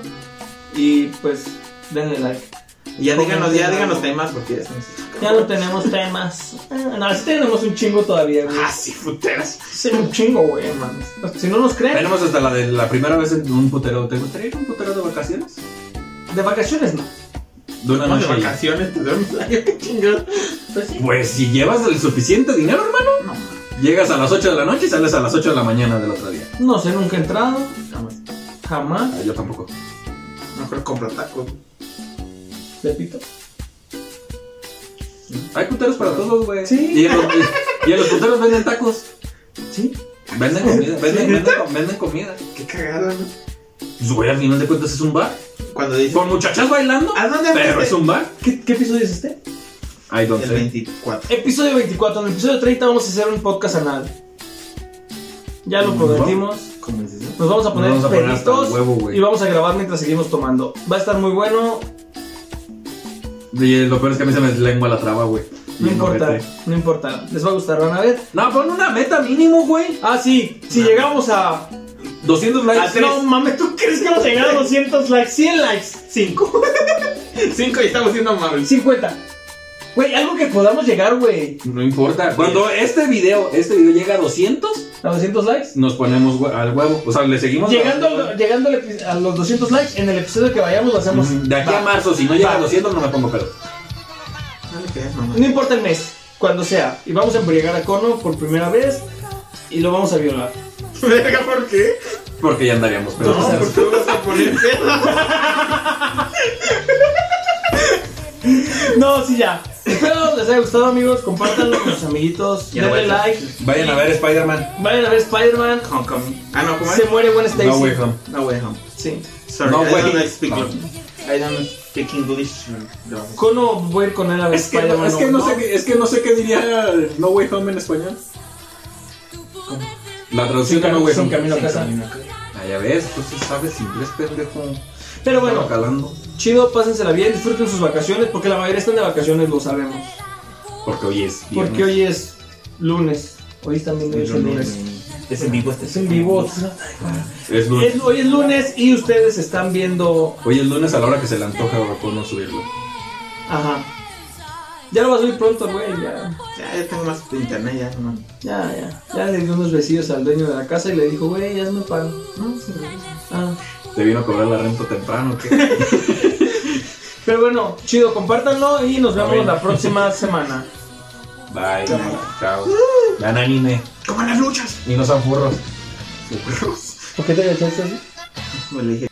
Speaker 3: y pues denle like.
Speaker 1: Y ya díganos, ya
Speaker 3: Comenten
Speaker 1: díganos
Speaker 3: algo.
Speaker 1: temas porque ya estamos.
Speaker 3: Ya no tenemos temas. Ah, No, sí tenemos un chingo todavía, güey.
Speaker 1: Ah, sí, puteras.
Speaker 3: Sí, un chingo, güey, man. Si no nos creen,
Speaker 2: Tenemos hasta la de la primera vez en un putero. ¿Te gustaría ir a un putero de vacaciones?
Speaker 3: de vacaciones no.
Speaker 2: De una
Speaker 1: Vamos de
Speaker 2: noche. ahí.
Speaker 1: vacaciones, te duermes la qué chingados.
Speaker 3: Pues sí.
Speaker 2: Pues si llevas el suficiente dinero, hermano.
Speaker 1: No,
Speaker 2: Llegas a las 8 de la noche y sales a las 8 de la mañana del otro día.
Speaker 3: No sé, nunca he entrado,
Speaker 1: jamás.
Speaker 3: jamás.
Speaker 2: Ah, yo tampoco.
Speaker 1: Mejor compra tacos.
Speaker 3: Repito.
Speaker 2: Hay puteros para todos, güey.
Speaker 3: Sí.
Speaker 2: Y en los, y en los puteros venden tacos.
Speaker 3: Sí.
Speaker 2: Venden comida. Venden,
Speaker 1: ¿Sí?
Speaker 2: venden, com- venden comida.
Speaker 1: Qué cagada, ¿no?
Speaker 2: Pues, güey, al final de cuentas es un bar.
Speaker 1: Cuando dices.
Speaker 2: Con muchachas bailando.
Speaker 1: ¿A dónde
Speaker 2: Pero
Speaker 1: fuiste?
Speaker 2: es un bar.
Speaker 3: ¿Qué, qué episodio es este?
Speaker 2: Ay, don't
Speaker 1: El
Speaker 2: sé.
Speaker 1: 24.
Speaker 3: Episodio 24. En el episodio 30 vamos a hacer un podcast anal. Ya lo
Speaker 2: No.
Speaker 3: prometimos.
Speaker 1: ¿Cómo es eso?
Speaker 3: Nos vamos a
Speaker 2: Nos
Speaker 3: poner
Speaker 2: vamos a poner hasta el
Speaker 3: pelitos
Speaker 2: huevo, güey.
Speaker 3: y vamos a grabar mientras seguimos tomando. Va a estar muy bueno.
Speaker 2: Y lo peor es que a mí se me lengua la traba, güey.
Speaker 3: No
Speaker 2: Y
Speaker 3: importa,
Speaker 2: vete.
Speaker 3: no importa. Les va a gustar, van a ver.
Speaker 2: No, pon una meta mínimo, güey.
Speaker 3: Ah, sí, si llegamos a.
Speaker 2: 200 likes.
Speaker 1: A tres.
Speaker 3: No mames, ¿tú crees que vamos a llegar a 200 likes? 100 likes.
Speaker 1: 5. 5 y estamos siendo amables.
Speaker 3: 50. Güey, algo que podamos llegar, güey.
Speaker 2: No importa. Cuando este video, este video llega a 200,
Speaker 3: A 200 likes.
Speaker 2: nos ponemos hue- al huevo. O sea, le seguimos.
Speaker 3: Llegando, al- llegando al epi- a los 200 likes, en el episodio que vayamos lo hacemos.
Speaker 2: Mm, De aquí a
Speaker 3: Va.
Speaker 2: marzo, si no llega a
Speaker 3: Va.
Speaker 2: 200, no me pongo pedo.
Speaker 1: No le creas, mamá.
Speaker 3: No importa el mes, cuando sea. Y vamos a embriagar a Cono por primera vez y lo vamos a violar.
Speaker 1: Verga, ¿por qué?
Speaker 2: Porque ya andaríamos pedo.
Speaker 3: No,
Speaker 1: ¿Por qué vas a poner pedo?
Speaker 3: No, sí, ya. Espero les haya gustado, amigos. Compártanlo con sus amiguitos.
Speaker 1: Ya no
Speaker 3: Denle
Speaker 1: voy a
Speaker 3: like.
Speaker 2: Vayan a ver Spider-Man.
Speaker 3: Vayan a ver Spider-Man.
Speaker 1: Homecoming. Ah, no, ¿cómo
Speaker 3: Se
Speaker 1: es?
Speaker 3: muere Gwen Stacy.
Speaker 2: No Way Home.
Speaker 1: No way home.
Speaker 3: Sí.
Speaker 1: Sorry,
Speaker 2: No
Speaker 1: I
Speaker 2: way.
Speaker 1: don't speak
Speaker 2: No.
Speaker 1: I don't speak English. No.
Speaker 3: Cono voy a ir con él a ver
Speaker 2: Es que, no,
Speaker 3: Spider-Man.
Speaker 2: es, que no sé, qué- es que no sé qué diría No Way Home en español. La traducción
Speaker 3: Sin
Speaker 2: de No
Speaker 3: cam-
Speaker 2: Way
Speaker 3: sin
Speaker 2: Home.
Speaker 3: camino a
Speaker 1: Sí,
Speaker 3: casa.
Speaker 1: camino a casa.
Speaker 2: Ah, ya ves, entonces sabes inglés, pendejo.
Speaker 3: Pero
Speaker 2: Bueno,
Speaker 3: bueno,
Speaker 2: calando.
Speaker 3: chido, pásensela bien, disfruten sus vacaciones, porque la mayoría están de vacaciones, lo sabemos.
Speaker 2: Porque hoy es. viernes.
Speaker 3: Porque hoy es lunes. Hoy es también hoy es el lunes.
Speaker 1: Es en vivo,
Speaker 3: Es en vivo.
Speaker 2: es lunes.
Speaker 3: Es- hoy es lunes y ustedes están viendo.
Speaker 2: Hoy es lunes a la hora que se le antoja a no subirlo.
Speaker 3: Ajá. Ya lo va a subir pronto, güey. Ya,
Speaker 1: Ya, ya tengo más internet, ya, no.
Speaker 3: ya, ya. Ya le dio unos besillos al dueño de la casa y le dijo, güey, ya es mi pago.
Speaker 1: No, sí, no.
Speaker 3: Ah.
Speaker 2: ¿Te vino a cobrar la renta temprano? ¿qué?
Speaker 3: Pero bueno, chido, compártanlo y nos vemos
Speaker 2: Amén.
Speaker 3: la próxima semana.
Speaker 2: Bye. Chao. Vean anime.
Speaker 1: Como las luchas.
Speaker 2: Y no sean furros.
Speaker 3: ¿Por qué te así?
Speaker 1: Como le dije.